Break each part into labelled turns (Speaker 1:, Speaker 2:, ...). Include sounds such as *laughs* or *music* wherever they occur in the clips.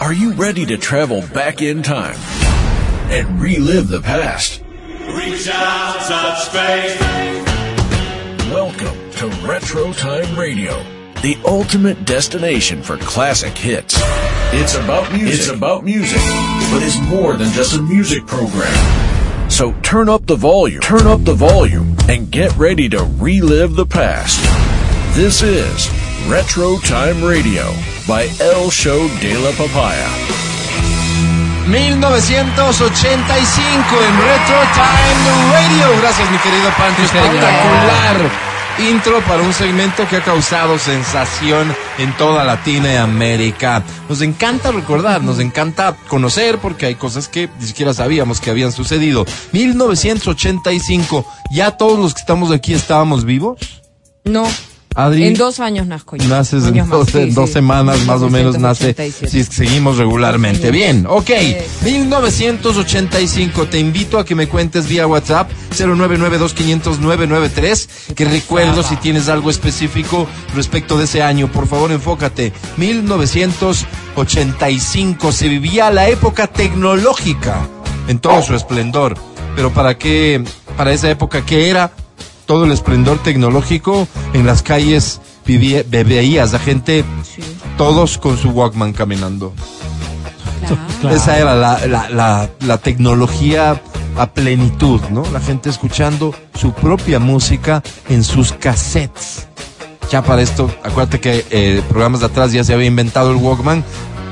Speaker 1: Are you ready to travel back in time and relive the past?
Speaker 2: Reach out, touch space.
Speaker 1: Welcome to Retro Time Radio, the ultimate destination for classic hits. It's about music. It's about music, but it's more than just a music program. So turn up the volume, turn up the volume, and get ready to relive the past. This is Retro Time Radio by El Show de la Papaya.
Speaker 3: 1985 en Retro Time Radio. Gracias, mi querido Pancho. Espectacular intro para un segmento que ha causado sensación en toda Latinoamérica. Nos encanta recordar, nos encanta conocer porque hay cosas que ni siquiera sabíamos que habían sucedido. 1985. ¿Ya todos los que estamos aquí estábamos vivos?
Speaker 4: No.
Speaker 3: Adri.
Speaker 4: En dos años nazco yo.
Speaker 3: Naces en
Speaker 4: Años más,
Speaker 3: dos,
Speaker 4: sí,
Speaker 3: en dos
Speaker 4: sí.
Speaker 3: semanas más o menos nace
Speaker 4: 1987.
Speaker 3: si es que seguimos regularmente. Bien, ok.
Speaker 4: Sí.
Speaker 3: 1985, te invito a que me cuentes vía WhatsApp 0992500993 que recuerdo si tienes algo específico respecto de ese año. Por favor, enfócate. 1985 se vivía la época tecnológica en todo su esplendor. Pero para qué, para esa época que era todo el esplendor tecnológico en las calles vivía, ve- veías la gente
Speaker 4: Sí,
Speaker 3: todos con su Walkman caminando.
Speaker 4: claro.
Speaker 3: Esa era la, la- la- la tecnología a plenitud, ¿no? La gente escuchando su propia música en sus cassettes. Ya para esto, acuérdate que eh, programas de atrás ya se había inventado el Walkman.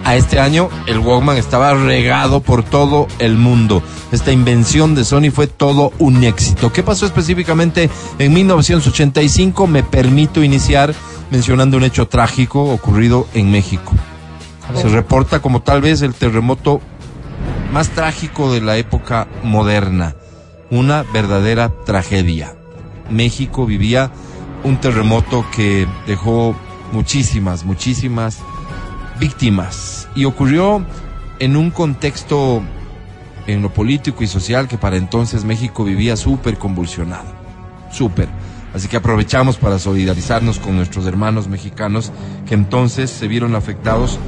Speaker 3: A este año el Walkman estaba regado por todo el mundo. Esta invención de Sony fue todo un éxito. ¿Qué pasó específicamente en 1985? Me permito iniciar mencionando un hecho trágico ocurrido en México. Se reporta como tal vez el terremoto más trágico de la época moderna. Una verdadera tragedia. México vivía un terremoto que dejó muchísimas, muchísimas víctimas. Y ocurrió en un contexto en lo político y social que para entonces México vivía súper convulsionado. Súper. Así que aprovechamos para solidarizarnos con nuestros hermanos mexicanos que entonces se vieron afectados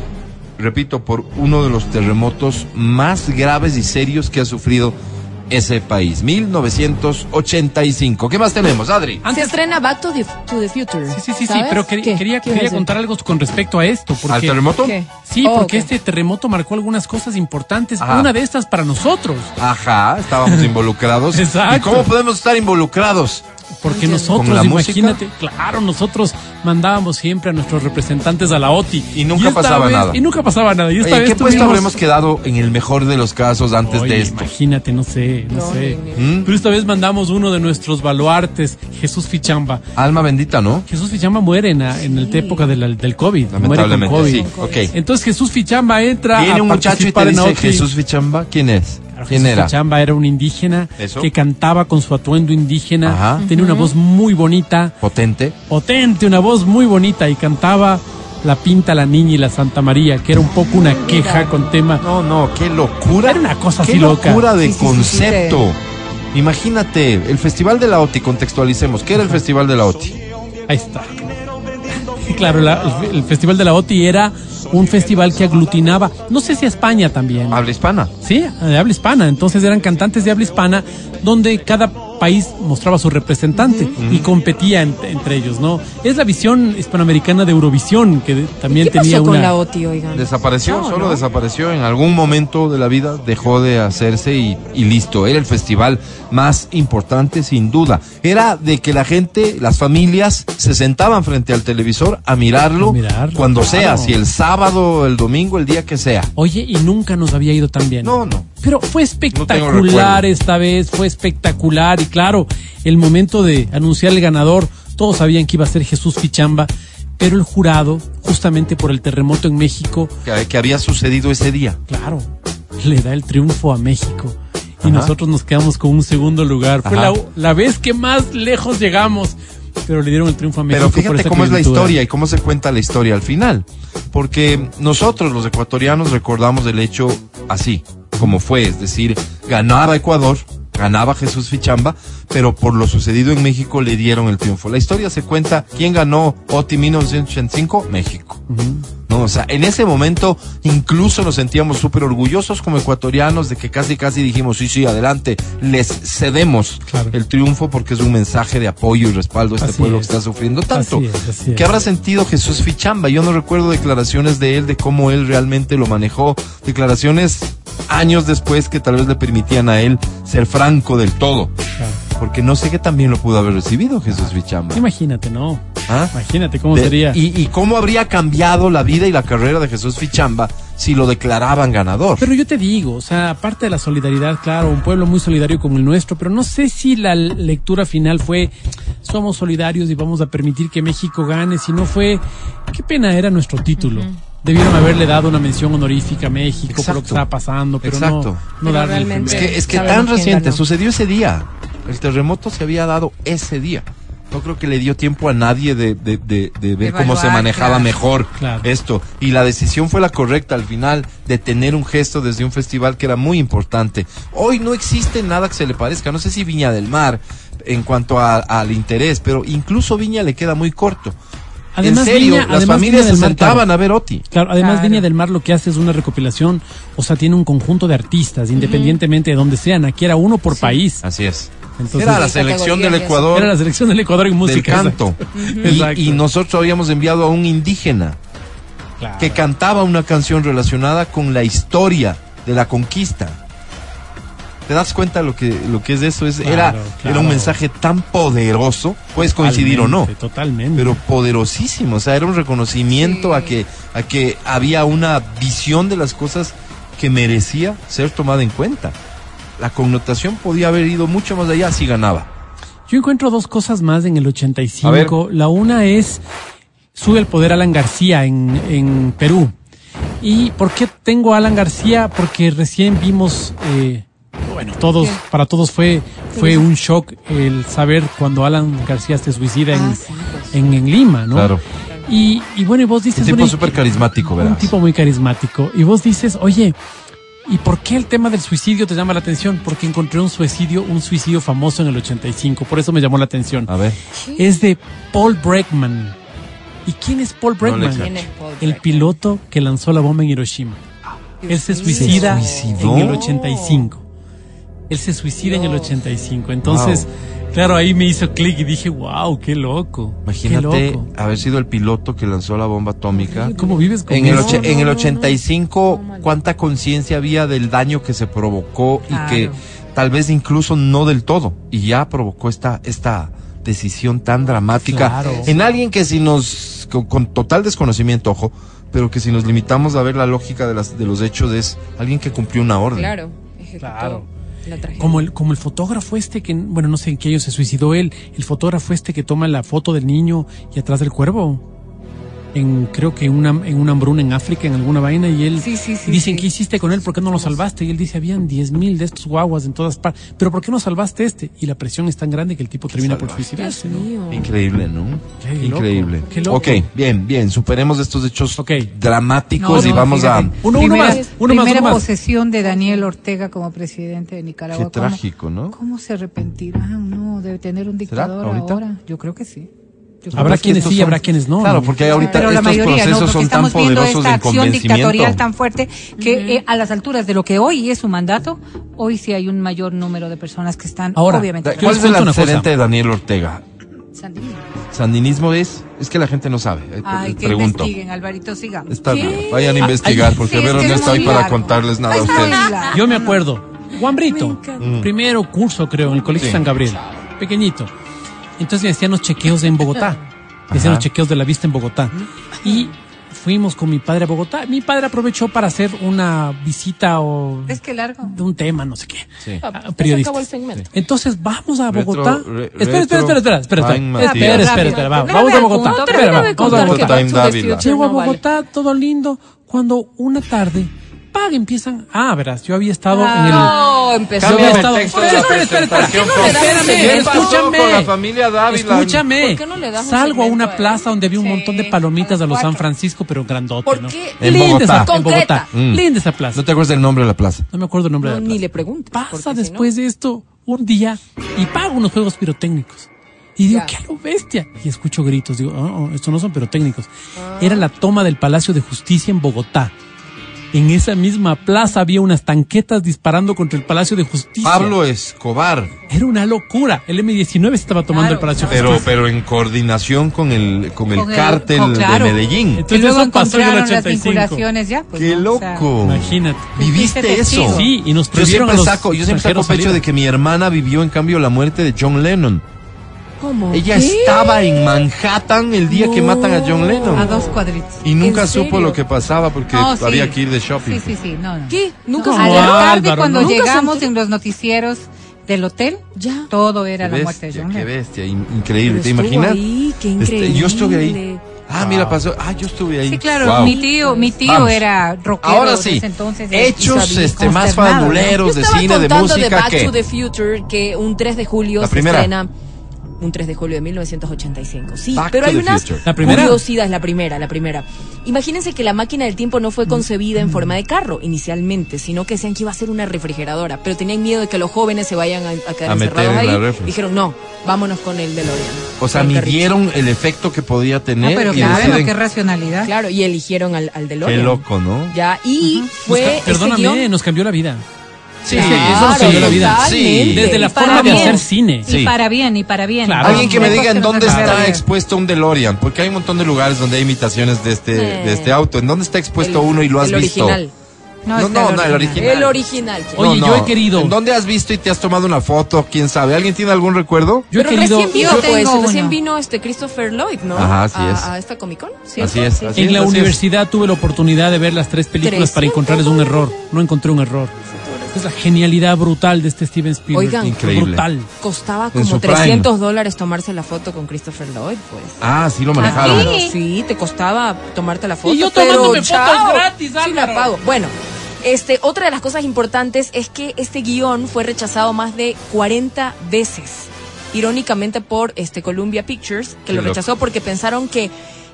Speaker 3: repito, por uno de los terremotos más graves y serios que ha sufrido ese país. 1985. ¿Qué más tenemos, Adri?
Speaker 4: Se estrena Back to the, to the Future.
Speaker 5: Sí, sí, sí, sí,
Speaker 4: ¿sabes?
Speaker 5: pero quer-
Speaker 4: ¿Qué?
Speaker 5: quería,
Speaker 4: ¿Qué ibas a
Speaker 5: quería
Speaker 4: decir?
Speaker 5: contar algo con respecto a esto.
Speaker 3: ¿Al
Speaker 5: Porque,
Speaker 3: terremoto?
Speaker 4: ¿Qué?
Speaker 5: Sí,
Speaker 4: Oh,
Speaker 5: porque
Speaker 4: ok.
Speaker 5: este terremoto marcó algunas cosas importantes.
Speaker 3: Ajá.
Speaker 5: Una de estas para nosotros,
Speaker 3: Ajá,
Speaker 5: *laughs*
Speaker 3: estábamos involucrados.
Speaker 5: Exacto.
Speaker 3: ¿Y cómo podemos estar involucrados?
Speaker 5: porque
Speaker 4: Entiendo.
Speaker 3: ¿Con la
Speaker 5: nosotros, imagínate, claro, nosotros mandábamos siempre a nuestros representantes a la OTI.
Speaker 3: Y nunca
Speaker 5: esta
Speaker 3: pasaba
Speaker 5: vez-
Speaker 3: nada.
Speaker 5: Y nunca pasaba nada. Y esta
Speaker 3: Oye, ¿en
Speaker 5: vez
Speaker 3: ¿Qué puesto
Speaker 5: tuvimos-
Speaker 3: habremos quedado en el mejor de los casos antes
Speaker 5: Oye,
Speaker 3: de esto?
Speaker 5: Imagínate, no sé, no,
Speaker 4: No,
Speaker 5: sé.
Speaker 4: ni-
Speaker 3: ¿Mm?
Speaker 5: Pero esta vez mandamos uno de nuestros baluartes, Jesús Fichamba.
Speaker 3: Alma bendita, ¿no?
Speaker 5: Jesús Fichamba muere en, la- en la época de la- del COVID. muere con
Speaker 3: Lamentablemente,
Speaker 5: COVID.
Speaker 3: sí. Ok.
Speaker 5: Entonces Jesús Fichamba entra
Speaker 3: Viene
Speaker 5: a
Speaker 3: un muchacho y te
Speaker 5: participar en
Speaker 3: dice,
Speaker 5: OTI.
Speaker 3: Jesús Fichamba, ¿quién es?
Speaker 5: Claro,
Speaker 3: ¿Quién
Speaker 5: Jesús
Speaker 3: era?
Speaker 5: Chamba era un indígena
Speaker 3: Eso.
Speaker 5: que cantaba con su atuendo indígena,
Speaker 3: Ajá.
Speaker 5: tenía una voz muy bonita,
Speaker 3: Potente.
Speaker 5: potente, una voz muy bonita y cantaba La Pinta, La Niña y La Santa María, que era un poco una queja con tema.
Speaker 3: No, no, qué locura.
Speaker 5: Era una cosa
Speaker 3: qué
Speaker 5: así loca.
Speaker 3: locura de
Speaker 4: Sí, sí, sí,
Speaker 3: concepto. Imagínate, el Festival de la OTI, contextualicemos. ¿Qué era el Festival de la OTI?
Speaker 5: Ahí está. *laughs* Y claro, la- el, el Festival de la OTI era un festival que aglutinaba, no sé si a España también.
Speaker 3: Habla hispana.
Speaker 5: Sí, de habla hispana. Entonces eran cantantes de habla hispana donde cada país mostraba su representante y competía en- entre ellos, ¿no? Es la visión hispanoamericana de Eurovisión que de- también
Speaker 4: ¿Qué
Speaker 5: tenía
Speaker 4: pasó con
Speaker 5: una
Speaker 4: la OTI, oigan?
Speaker 3: Desapareció,
Speaker 4: No,
Speaker 3: solo
Speaker 4: ¿no?
Speaker 3: desapareció. En algún momento de la vida dejó de hacerse y, y listo. Era el festival más importante, sin duda. Era de que la gente, las familias, se sentaban frente al televisor a mirarlo,
Speaker 5: A mirarlo,
Speaker 3: cuando sea,
Speaker 5: claro.
Speaker 3: si el sábado, el domingo, el día que sea.
Speaker 5: Oye, y nunca nos había ido tan bien.
Speaker 3: No, no.
Speaker 5: Pero fue espectacular
Speaker 3: recuerdo.
Speaker 5: esta vez, fue espectacular. Y claro, el momento de anunciar el ganador, todos sabían que iba a ser Jesús Fichamba, pero el jurado, justamente por el terremoto en México,
Speaker 3: Que, que había sucedido ese día.
Speaker 5: Claro, le da el triunfo a México. Y
Speaker 3: Ajá.
Speaker 5: nosotros nos quedamos con un segundo lugar. Fue
Speaker 3: Ajá.
Speaker 5: la, la vez que más lejos llegamos. Pero le dieron el triunfo a México.
Speaker 3: Pero
Speaker 5: por
Speaker 3: fíjate
Speaker 5: esa
Speaker 3: cómo es la
Speaker 5: coyuntura.
Speaker 3: historia y cómo se cuenta la historia al final. Porque nosotros los ecuatorianos recordamos el hecho así, como fue, es decir, ganaba Ecuador, ganaba Jesús Fichamba, pero por lo sucedido en México le dieron el triunfo. La historia se cuenta, ¿quién ganó OTI 1985? México. ¿no? O sea, en ese momento incluso nos sentíamos súper orgullosos como ecuatorianos de que casi casi dijimos, sí, sí, adelante, les cedemos
Speaker 5: Claro.
Speaker 3: el triunfo porque es un mensaje de apoyo y respaldo a este
Speaker 5: Así
Speaker 3: pueblo
Speaker 5: es.
Speaker 3: que está sufriendo tanto.
Speaker 5: Así es, así es.
Speaker 3: ¿Qué habrá sentido Jesús Fichamba? Yo no recuerdo declaraciones de él, de cómo él realmente lo manejó, declaraciones años después que tal vez le permitían a él ser franco del todo.
Speaker 5: Claro.
Speaker 3: Porque no sé qué también lo pudo haber recibido Jesús Fichamba.
Speaker 5: Imagínate, ¿no?
Speaker 3: ¿Ah?
Speaker 5: Imagínate cómo
Speaker 3: De-
Speaker 5: sería.
Speaker 3: y, y cómo habría cambiado la vida y la carrera de Jesús Fichamba si lo declaraban ganador.
Speaker 5: Pero yo te digo, o sea, aparte de la solidaridad, claro, un pueblo muy solidario como el nuestro, pero no sé si la l- lectura final fue somos solidarios y vamos a permitir que México gane, si no fue qué pena era nuestro título. Debieron haberle dado una mención honorífica a México por lo
Speaker 3: Exacto.
Speaker 5: que estaba pasando, pero
Speaker 3: Exacto.
Speaker 5: no, no
Speaker 4: Pero
Speaker 5: darle el
Speaker 4: realmente-
Speaker 3: es
Speaker 5: primer-
Speaker 3: que, es que
Speaker 4: Sabemos
Speaker 3: tan
Speaker 4: quién
Speaker 3: reciente,
Speaker 4: ganó.
Speaker 3: sucedió ese día. El terremoto se había dado ese día. No creo que le dio tiempo a nadie de, de- de- de ver cómo se
Speaker 4: Evaluar,
Speaker 3: manejaba
Speaker 4: claro.
Speaker 3: mejor
Speaker 5: Claro.
Speaker 3: esto. Y la decisión fue la correcta al final de tener un gesto desde un festival que era muy importante. Hoy no existe nada que se le parezca. No sé si Viña del Mar en cuanto a- al interés, pero incluso Viña le queda muy corto.
Speaker 5: Además,
Speaker 3: en serio,
Speaker 5: Viña-
Speaker 3: las
Speaker 5: además,
Speaker 3: familias
Speaker 5: Viña
Speaker 3: se
Speaker 5: del Mar, claro.
Speaker 3: sentaban a ver Oti.
Speaker 5: Claro, además
Speaker 4: Claro.
Speaker 5: Viña del Mar lo que hace es una recopilación, o sea, tiene un conjunto de artistas, independientemente de donde sean, aquí era uno por país.
Speaker 3: Así es.
Speaker 5: Entonces,
Speaker 3: era
Speaker 5: era
Speaker 3: la
Speaker 4: Sí,
Speaker 3: selección
Speaker 4: categoría
Speaker 3: del
Speaker 4: y eso.
Speaker 3: Ecuador.
Speaker 5: la selección del Ecuador en
Speaker 3: del
Speaker 5: música.
Speaker 3: canto.
Speaker 5: Ujú.
Speaker 3: Y, y
Speaker 5: Exacto.
Speaker 3: nosotros habíamos enviado a un indígena
Speaker 5: Claro.
Speaker 3: que cantaba una canción relacionada con la historia de la conquista. ¿Te das cuenta lo que, lo que es eso? Es,
Speaker 5: Claro,
Speaker 3: era,
Speaker 5: claro.
Speaker 3: era un mensaje tan poderoso, puedes coincidir o no,
Speaker 5: Totalmente, Totalmente.
Speaker 3: pero poderosísimo. O sea, era un reconocimiento a, que, a que había una visión de las cosas que merecía ser tomada en cuenta. La connotación podía haber ido mucho más allá si ganaba.
Speaker 5: Yo encuentro dos cosas más en el
Speaker 3: A ver.
Speaker 5: 85. La una es, sube al poder Alan García en, en Perú. ¿Y por qué tengo a Alan García? Porque recién vimos, eh, bueno, todos,
Speaker 4: ¿Qué?
Speaker 5: para todos fue, fue un shock el saber cuando Alan García se suicida en,
Speaker 4: Ah, sí, pues.
Speaker 5: en, en Lima, ¿no?
Speaker 3: Claro.
Speaker 5: Y, y bueno, y vos dices...
Speaker 3: Un tipo
Speaker 5: bueno, ¿y-
Speaker 3: súper carismático,
Speaker 5: Un
Speaker 3: verás.
Speaker 5: tipo muy carismático. Y vos dices, oye, ¿y por qué el tema del suicidio te llama la atención? Porque encontré un suicidio, un suicidio famoso en el 85. Por eso me llamó la atención.
Speaker 3: A ver.
Speaker 5: Es de Paul Bregman. ¿Y quién es Paul
Speaker 3: le
Speaker 5: Bregman?
Speaker 3: cacho.
Speaker 4: ¿Quién es Paul
Speaker 5: el
Speaker 4: Bregman?
Speaker 5: piloto que lanzó la bomba en Hiroshima.
Speaker 4: Dios
Speaker 5: Él se
Speaker 4: mío.
Speaker 5: suicida
Speaker 3: Se suicidó.
Speaker 5: en el 85. Él se suicida en el
Speaker 4: Dios.
Speaker 5: 85. Entonces, claro, ahí me hizo clic y dije, wow, qué loco. Qué
Speaker 3: Imagínate
Speaker 5: loco.
Speaker 3: haber sido el piloto que lanzó la bomba atómica.
Speaker 5: ¿Cómo vives con
Speaker 3: En el,
Speaker 5: eso?
Speaker 3: oche-
Speaker 4: No,
Speaker 3: en el
Speaker 4: no, no,
Speaker 3: 85,
Speaker 4: no, no, no.
Speaker 3: ¿cuánta conciencia había del daño que se provocó y
Speaker 4: Claro.
Speaker 3: que tal vez incluso no del todo? Y ya provocó esta, esta decisión tan dramática
Speaker 5: Claro.
Speaker 3: en alguien que si nos, con, con total desconocimiento, ojo, pero que si nos limitamos a ver la lógica de, las, de los hechos es alguien que cumplió una orden.
Speaker 4: Claro, ejecutó
Speaker 5: Claro.
Speaker 4: la tragedia.
Speaker 5: Como el, como el fotógrafo este que, bueno, no sé en qué año se suicidó él, el fotógrafo este que toma la foto del niño y atrás del cuervo. En, creo que una, en una hambruna en África, en alguna vaina, y él
Speaker 4: Sí, sí, sí,
Speaker 5: dicen,
Speaker 4: sí.
Speaker 5: ¿qué hiciste con él? ¿Por qué no lo salvaste? Y él dice, habían 10.000 de estos guaguas en todas partes, pero ¿por qué no salvaste este? Y la presión es tan grande que el tipo termina por
Speaker 3: salvaje.
Speaker 5: suicidarse, ¿no?
Speaker 4: mío.
Speaker 3: Increíble, ¿no?
Speaker 5: Qué loco,
Speaker 3: Increíble.
Speaker 5: qué loco.
Speaker 3: Ok, bien, bien. Superemos estos hechos
Speaker 5: Ok.
Speaker 3: dramáticos
Speaker 6: No,
Speaker 3: Pues, y
Speaker 6: no,
Speaker 3: vamos
Speaker 6: fíjate.
Speaker 3: a.
Speaker 5: Uno, uno
Speaker 6: primera,
Speaker 5: más, uno más,
Speaker 6: primera
Speaker 5: uno más.
Speaker 6: posesión de Daniel Ortega como presidente de Nicaragua.
Speaker 3: Qué
Speaker 6: ¿Cómo-
Speaker 3: trágico, ¿no?
Speaker 6: ¿Cómo se arrepentirán? No, debe tener un
Speaker 3: ¿Será
Speaker 6: dictador
Speaker 3: ahorita?
Speaker 6: ahora. Yo creo que sí. Yo creo
Speaker 5: Habrá
Speaker 3: Pues,
Speaker 6: que sí.
Speaker 5: quienes sí y habrá quienes no.
Speaker 3: Claro,
Speaker 5: ¿no?
Speaker 3: porque ahorita
Speaker 6: Pero la
Speaker 3: estos
Speaker 6: mayoría no,
Speaker 3: procesos
Speaker 6: porque
Speaker 3: son tan
Speaker 6: estamos viendo
Speaker 3: poderosos
Speaker 6: esta
Speaker 3: de
Speaker 6: acción dictatorial
Speaker 3: convencimiento.
Speaker 6: tan fuerte que eh, a las alturas de lo que hoy es su mandato, hoy sí hay un mayor número de personas que están
Speaker 5: Ahora,
Speaker 6: obviamente
Speaker 3: Da-
Speaker 5: Yo
Speaker 3: ¿Cuál
Speaker 5: les
Speaker 3: es el
Speaker 5: cuento una cosa.
Speaker 3: antecedente de Pues Daniel Ortega?
Speaker 6: sandinistas.
Speaker 3: ¿Sandinismo es? Es que la gente no sabe. eh,
Speaker 6: Ay,
Speaker 3: te-
Speaker 6: que
Speaker 3: pregunto.
Speaker 6: investiguen, Alvarito, sigamos.
Speaker 3: Está bien, vayan a investigar, porque
Speaker 6: Sí, es
Speaker 3: Vero
Speaker 6: que
Speaker 3: no
Speaker 6: es
Speaker 3: está ahí
Speaker 6: muy
Speaker 3: para
Speaker 6: largo.
Speaker 3: contarles nada a
Speaker 6: Ay, está
Speaker 3: ustedes.
Speaker 6: muy largo.
Speaker 5: Yo me acuerdo, Juan Brito, primero curso creo en el Colegio
Speaker 3: Mm. Sí.
Speaker 5: San Gabriel, pequeñito. Entonces me hacían los chequeos en Bogotá, me hacían
Speaker 3: Ajá.
Speaker 5: los chequeos de la vista en Bogotá. Y fuimos con mi padre a Bogotá. Mi padre aprovechó para hacer una visita o
Speaker 6: Es que largo.
Speaker 5: de un tema, no sé qué.
Speaker 3: Sí.
Speaker 5: a- a
Speaker 4: Ah, Ya se
Speaker 5: periodistas.
Speaker 4: acabó el segmento.
Speaker 5: Entonces vamos a
Speaker 3: Retro-
Speaker 5: Bogotá.
Speaker 3: re-
Speaker 5: espera,
Speaker 3: retro-
Speaker 5: espera, espera, espera, espera, espera,
Speaker 3: Time
Speaker 5: espera,
Speaker 3: Matías.
Speaker 5: espera, espera, espera, vamos,
Speaker 6: Rápido,
Speaker 5: vamos a
Speaker 6: rápido,
Speaker 5: Bogotá.
Speaker 6: punto,
Speaker 5: espera,
Speaker 6: rápido,
Speaker 5: vamos a
Speaker 3: punto,
Speaker 5: Bogotá.
Speaker 3: Time Dávila.
Speaker 5: Llego a Bogotá, todo lindo. Cuando una tarde, paga, empiezan. Ah, verás, yo había estado en el.
Speaker 4: No, empezó.
Speaker 5: Yo
Speaker 3: Cámbiame
Speaker 5: había
Speaker 3: el
Speaker 5: estado.
Speaker 3: texto de
Speaker 5: Espera,
Speaker 3: la
Speaker 5: espera, espera, espera.
Speaker 3: presentación,
Speaker 4: ¿Por qué no le das
Speaker 5: Espérame,
Speaker 4: ese- ¿Qué
Speaker 5: escúchame.
Speaker 3: pasó con la familia Dávila?
Speaker 5: Escúchame.
Speaker 4: ¿Por qué no le das un
Speaker 5: Salgo a
Speaker 4: segmento
Speaker 5: una
Speaker 4: a
Speaker 5: plaza donde había un
Speaker 6: Sí,
Speaker 5: montón de
Speaker 6: a
Speaker 5: palomitas
Speaker 6: las
Speaker 5: de los San
Speaker 6: cuatro.
Speaker 5: Francisco, pero grandote.
Speaker 4: ¿Por
Speaker 5: ¿no?
Speaker 4: qué?
Speaker 3: En
Speaker 5: Linda esa,
Speaker 4: Bogotá.
Speaker 5: en Bogotá.
Speaker 3: Mm.
Speaker 5: Linda esa plaza.
Speaker 3: ¿No te acuerdas el nombre de la plaza?
Speaker 5: No me acuerdo el nombre de la plaza.
Speaker 4: Ni le pregunto.
Speaker 5: Pasa después de esto un día y pago unos juegos pirotécnicos. Y digo,
Speaker 4: Ya.
Speaker 5: ¿qué a lo bestia? Y escucho gritos, digo, "Oh, oh, estos no son pirotécnicos.
Speaker 4: Ah.
Speaker 5: Era la toma del Palacio de Justicia en Bogotá. En esa misma plaza había unas tanquetas disparando contra el Palacio de Justicia.
Speaker 3: Pablo Escobar,
Speaker 5: Era una locura. El M19 estaba tomando
Speaker 4: Claro,
Speaker 5: el Palacio de
Speaker 3: pero,
Speaker 5: Justicia.
Speaker 3: pero en coordinación con el, con el
Speaker 6: Con el-
Speaker 3: cártel
Speaker 6: oh, claro.
Speaker 3: de Medellín.
Speaker 5: Entonces
Speaker 6: y luego
Speaker 5: eso pasó en el
Speaker 6: encontraron las
Speaker 5: 85.
Speaker 6: vinculaciones ya. pues,
Speaker 3: ¡Qué
Speaker 6: ¿no? O sea,
Speaker 3: loco!
Speaker 5: Imagínate.
Speaker 3: ¿Viviste
Speaker 6: Fuiste
Speaker 3: eso?
Speaker 6: testigo.
Speaker 5: Sí, y nos
Speaker 3: Yo
Speaker 5: prohibieron
Speaker 3: siempre
Speaker 5: a los
Speaker 3: saco, yo siempre saco
Speaker 5: extranjeros
Speaker 3: pecho
Speaker 5: salir.
Speaker 3: de que mi hermana vivió en cambio la muerte de John Lennon.
Speaker 4: ¿Cómo?
Speaker 3: Ella estaba en Manhattan el día que matan a John
Speaker 6: a
Speaker 3: Lennon.
Speaker 6: dos cuadritos.
Speaker 3: Y nunca
Speaker 4: ¿En
Speaker 3: supo
Speaker 4: serio?
Speaker 3: lo que pasaba porque
Speaker 6: No, Oh, sí.
Speaker 3: había que ir de shopping.
Speaker 6: Sí, sí, sí, no, no.
Speaker 4: ¿Qué? Nunca
Speaker 6: No,
Speaker 5: se
Speaker 6: a
Speaker 5: enteró.
Speaker 6: la tarde
Speaker 5: Álvaro,
Speaker 6: cuando
Speaker 5: ¿no?
Speaker 4: Nunca se
Speaker 6: llegamos
Speaker 4: enteró.
Speaker 6: en los noticieros del hotel,
Speaker 4: Ya.
Speaker 6: todo era
Speaker 3: Qué
Speaker 6: la muerte de
Speaker 3: bestia,
Speaker 6: John
Speaker 3: qué
Speaker 6: Lennon.
Speaker 3: bestia, in- increíble.
Speaker 4: Pero
Speaker 3: ¿Te
Speaker 4: estuvo
Speaker 3: imaginas?
Speaker 4: ahí, qué
Speaker 3: Este, yo estuve ahí.
Speaker 4: increíble.
Speaker 3: Ah, mira, pasó. Ah, yo estuve ahí.
Speaker 6: Sí, claro,
Speaker 3: Wow.
Speaker 6: mi tío, mi tío
Speaker 3: Vamos.
Speaker 6: era rockero
Speaker 3: Ahora sí,
Speaker 6: desde entonces. y- y
Speaker 3: hechos
Speaker 6: sabía-
Speaker 3: este, más
Speaker 6: consternado, ¿no?
Speaker 3: fanuleros de
Speaker 4: Yo estaba
Speaker 3: cine, de
Speaker 4: contando de
Speaker 3: música
Speaker 4: Back to
Speaker 3: que...
Speaker 4: the Future que un 3 de julio
Speaker 3: La
Speaker 4: se
Speaker 3: primera.
Speaker 4: estrena un 3 de julio de 1985. Sí,
Speaker 3: Back
Speaker 4: pero
Speaker 3: to
Speaker 4: hay
Speaker 3: the
Speaker 4: unas
Speaker 3: Future.
Speaker 5: ¿La primera?
Speaker 4: curiosidades, la primera, la primera. Imagínense que la máquina del tiempo no fue
Speaker 3: Mm.
Speaker 4: concebida en forma de carro inicialmente, sino que decían que iba a ser una refrigeradora, pero tenían miedo de que los jóvenes se vayan a, a quedar
Speaker 3: A meter
Speaker 4: encerrados
Speaker 3: en la
Speaker 4: ahí.
Speaker 3: refri.
Speaker 4: Dijeron, "No, vámonos con el DeLorean."
Speaker 3: O sea,
Speaker 4: Con el carrito.
Speaker 3: midieron el efecto que podía
Speaker 6: No,
Speaker 3: tener
Speaker 6: Ah, pero
Speaker 3: y
Speaker 6: claro,
Speaker 3: deciden-
Speaker 6: qué racionalidad.
Speaker 4: Claro, y eligieron al, al DeLorean.
Speaker 3: Qué loco, ¿no?
Speaker 4: Ya, y
Speaker 5: Nos ca-
Speaker 4: fue ese
Speaker 5: Perdóname,
Speaker 4: guión
Speaker 5: nos cambió la vida.
Speaker 3: Sí,
Speaker 4: Claro,
Speaker 3: eso nos cambió la vida.
Speaker 4: totalmente.
Speaker 3: Sí.
Speaker 5: Desde la
Speaker 6: Y para
Speaker 5: forma de
Speaker 6: bien.
Speaker 5: hacer cine.
Speaker 3: Sí.
Speaker 6: Y para bien, y para bien.
Speaker 5: Claro.
Speaker 3: Alguien que me diga en
Speaker 6: Cosas
Speaker 3: dónde
Speaker 6: que nos cambiaron
Speaker 3: está
Speaker 6: la vida.
Speaker 3: expuesto un DeLorean, porque hay un montón de lugares donde hay imitaciones de este, de este auto. ¿En dónde está expuesto
Speaker 4: el-
Speaker 3: uno y lo has
Speaker 4: el
Speaker 3: visto?
Speaker 4: Original.
Speaker 3: No,
Speaker 6: está
Speaker 3: no, no, el original.
Speaker 4: El original. che.
Speaker 3: No,
Speaker 5: Oye,
Speaker 3: no.
Speaker 5: yo he querido-
Speaker 3: ¿En dónde has visto y te has tomado una foto? ¿Quién sabe? ¿Alguien tiene algún recuerdo?
Speaker 5: Yo he
Speaker 4: pero
Speaker 5: querido.
Speaker 4: recién vino,
Speaker 6: Yo
Speaker 4: pues,
Speaker 6: tengo
Speaker 4: recién
Speaker 6: uno.
Speaker 4: vino este Christopher Lloyd, ¿no?
Speaker 3: Ajá, así
Speaker 4: a,
Speaker 3: es.
Speaker 4: a esta Comic Con, ¿cierto?
Speaker 3: Así es, así
Speaker 5: En la
Speaker 3: es, así es.
Speaker 5: universidad tuve la oportunidad de ver las tres películas para
Speaker 4: 300
Speaker 5: encontrarles un error. No encontré un error. Es la genialidad brutal de este Steven Spielberg.
Speaker 4: Oigan.
Speaker 3: Increíble.
Speaker 5: Brutal.
Speaker 4: Costaba
Speaker 3: En
Speaker 4: como
Speaker 3: su prime.
Speaker 4: 300 dólares tomarse la foto con Christopher Lloyd, pues.
Speaker 3: Ah, sí lo manejaron.
Speaker 4: Claro, sí, te costaba tomarte la foto.
Speaker 5: Y yo
Speaker 4: pero
Speaker 5: tomándome fotos
Speaker 4: chao,
Speaker 5: gratis,
Speaker 4: sí la
Speaker 5: Álvaro.
Speaker 4: pago. Bueno, este, otra de las cosas importantes es que este guión fue rechazado más de 40 veces. Irónicamente por este Columbia Pictures, que
Speaker 3: Qué
Speaker 4: lo
Speaker 3: loco.
Speaker 4: rechazó porque pensaron que,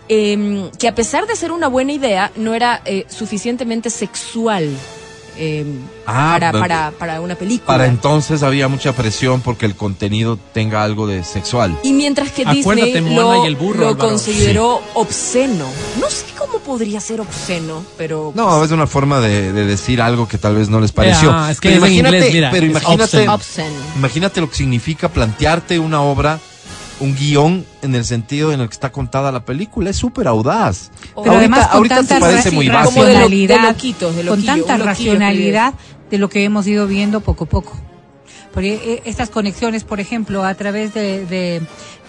Speaker 4: em, que a pesar de ser una buena idea, no era eh, suficientemente sexual em,
Speaker 3: Ah,
Speaker 4: para,
Speaker 3: pero-
Speaker 4: para, para una película.
Speaker 3: Para entonces había mucha presión porque el contenido tenga algo de sexual.
Speaker 4: Y mientras que
Speaker 5: Acuérdate,
Speaker 4: Disney
Speaker 5: Moana
Speaker 4: lo,
Speaker 5: y el burro,
Speaker 4: lo
Speaker 5: Álvaro.
Speaker 4: consideró obsceno. No sé cómo podría ser obsceno, pero...
Speaker 3: No, es una forma de, de decir algo que tal vez no les pareció.
Speaker 5: Ah, es que
Speaker 3: pero
Speaker 5: es en
Speaker 3: imagínate,
Speaker 5: inglés, mira,
Speaker 3: pero
Speaker 5: es
Speaker 3: imagínate,
Speaker 5: obscene.
Speaker 4: Obsceno.
Speaker 3: imagínate lo que significa plantearte una obra, un guión en el sentido en el que está contada la película. Es súper audaz.
Speaker 6: Pero
Speaker 3: ahorita
Speaker 6: además con
Speaker 3: ahorita
Speaker 6: tanta
Speaker 3: te parece muy
Speaker 6: raci-
Speaker 3: básico.
Speaker 4: Como de lo-
Speaker 6: racionalidad,
Speaker 4: de loquitos, de
Speaker 6: con
Speaker 4: loquillo,
Speaker 6: tanta
Speaker 4: un loquillo que
Speaker 6: racionalidad de lo que hemos ido viendo poco a poco. Porque eh, estas conexiones, por ejemplo, a través de, de,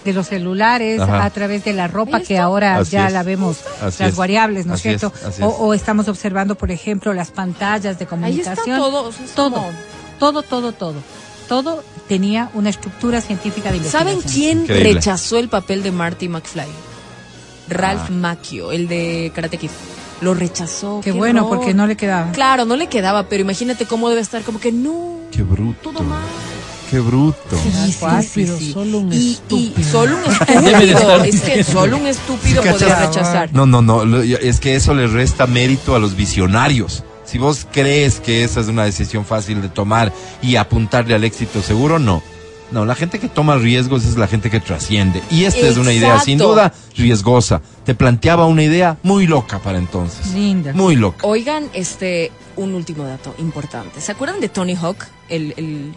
Speaker 6: de los celulares,
Speaker 3: Ajá.
Speaker 6: a través de la ropa
Speaker 4: Ahí
Speaker 6: que
Speaker 4: está.
Speaker 6: ahora
Speaker 3: Así
Speaker 6: ya
Speaker 3: es.
Speaker 6: la vemos,
Speaker 3: Así
Speaker 6: las
Speaker 3: es.
Speaker 6: variables, ¿no es
Speaker 3: Así es,
Speaker 6: cierto?
Speaker 3: así
Speaker 6: o,
Speaker 3: es.
Speaker 6: o estamos observando, por ejemplo, las pantallas de
Speaker 4: Ahí está
Speaker 6: comunicación.
Speaker 4: todo. o sea, es
Speaker 6: Todo,
Speaker 4: como-
Speaker 6: todo, todo, todo. Todo tenía una estructura científica de
Speaker 4: ¿Saben
Speaker 6: investigación.
Speaker 4: quién
Speaker 3: Increíble.
Speaker 4: rechazó el papel de Marty McFly? Ralph
Speaker 5: Ah.
Speaker 4: Macchio, el de Karate Kid. Lo rechazó.
Speaker 6: Qué, bueno,
Speaker 4: horror.
Speaker 6: porque no le quedaba.
Speaker 4: Claro, no le quedaba, pero imagínate cómo debe estar, como que no,
Speaker 3: Qué bruto.
Speaker 4: todo mal.
Speaker 3: Qué bruto.
Speaker 4: Sí,
Speaker 6: Tal
Speaker 4: sí,
Speaker 5: cual,
Speaker 4: sí.
Speaker 5: pero solo un
Speaker 4: Y- y
Speaker 5: estúpido.
Speaker 4: solo un
Speaker 5: *laughs* Debe de
Speaker 4: estúpido.
Speaker 5: estar
Speaker 4: es que
Speaker 5: diciendo.
Speaker 4: solo un estúpido podría rechazar.
Speaker 3: No, no, no. lo- Es que eso le resta mérito a los visionarios. Si vos crees que esa es una decisión fácil de tomar y apuntarle al éxito seguro, no. No, la gente que toma riesgos es la gente que trasciende. Y esta es una idea, sin
Speaker 4: Exacto.
Speaker 3: duda, riesgosa. Te planteaba una idea muy loca para entonces.
Speaker 6: Linda.
Speaker 3: Muy loca.
Speaker 4: Oigan, este, un último dato importante. ¿Se acuerdan de Tony Hawk? El, el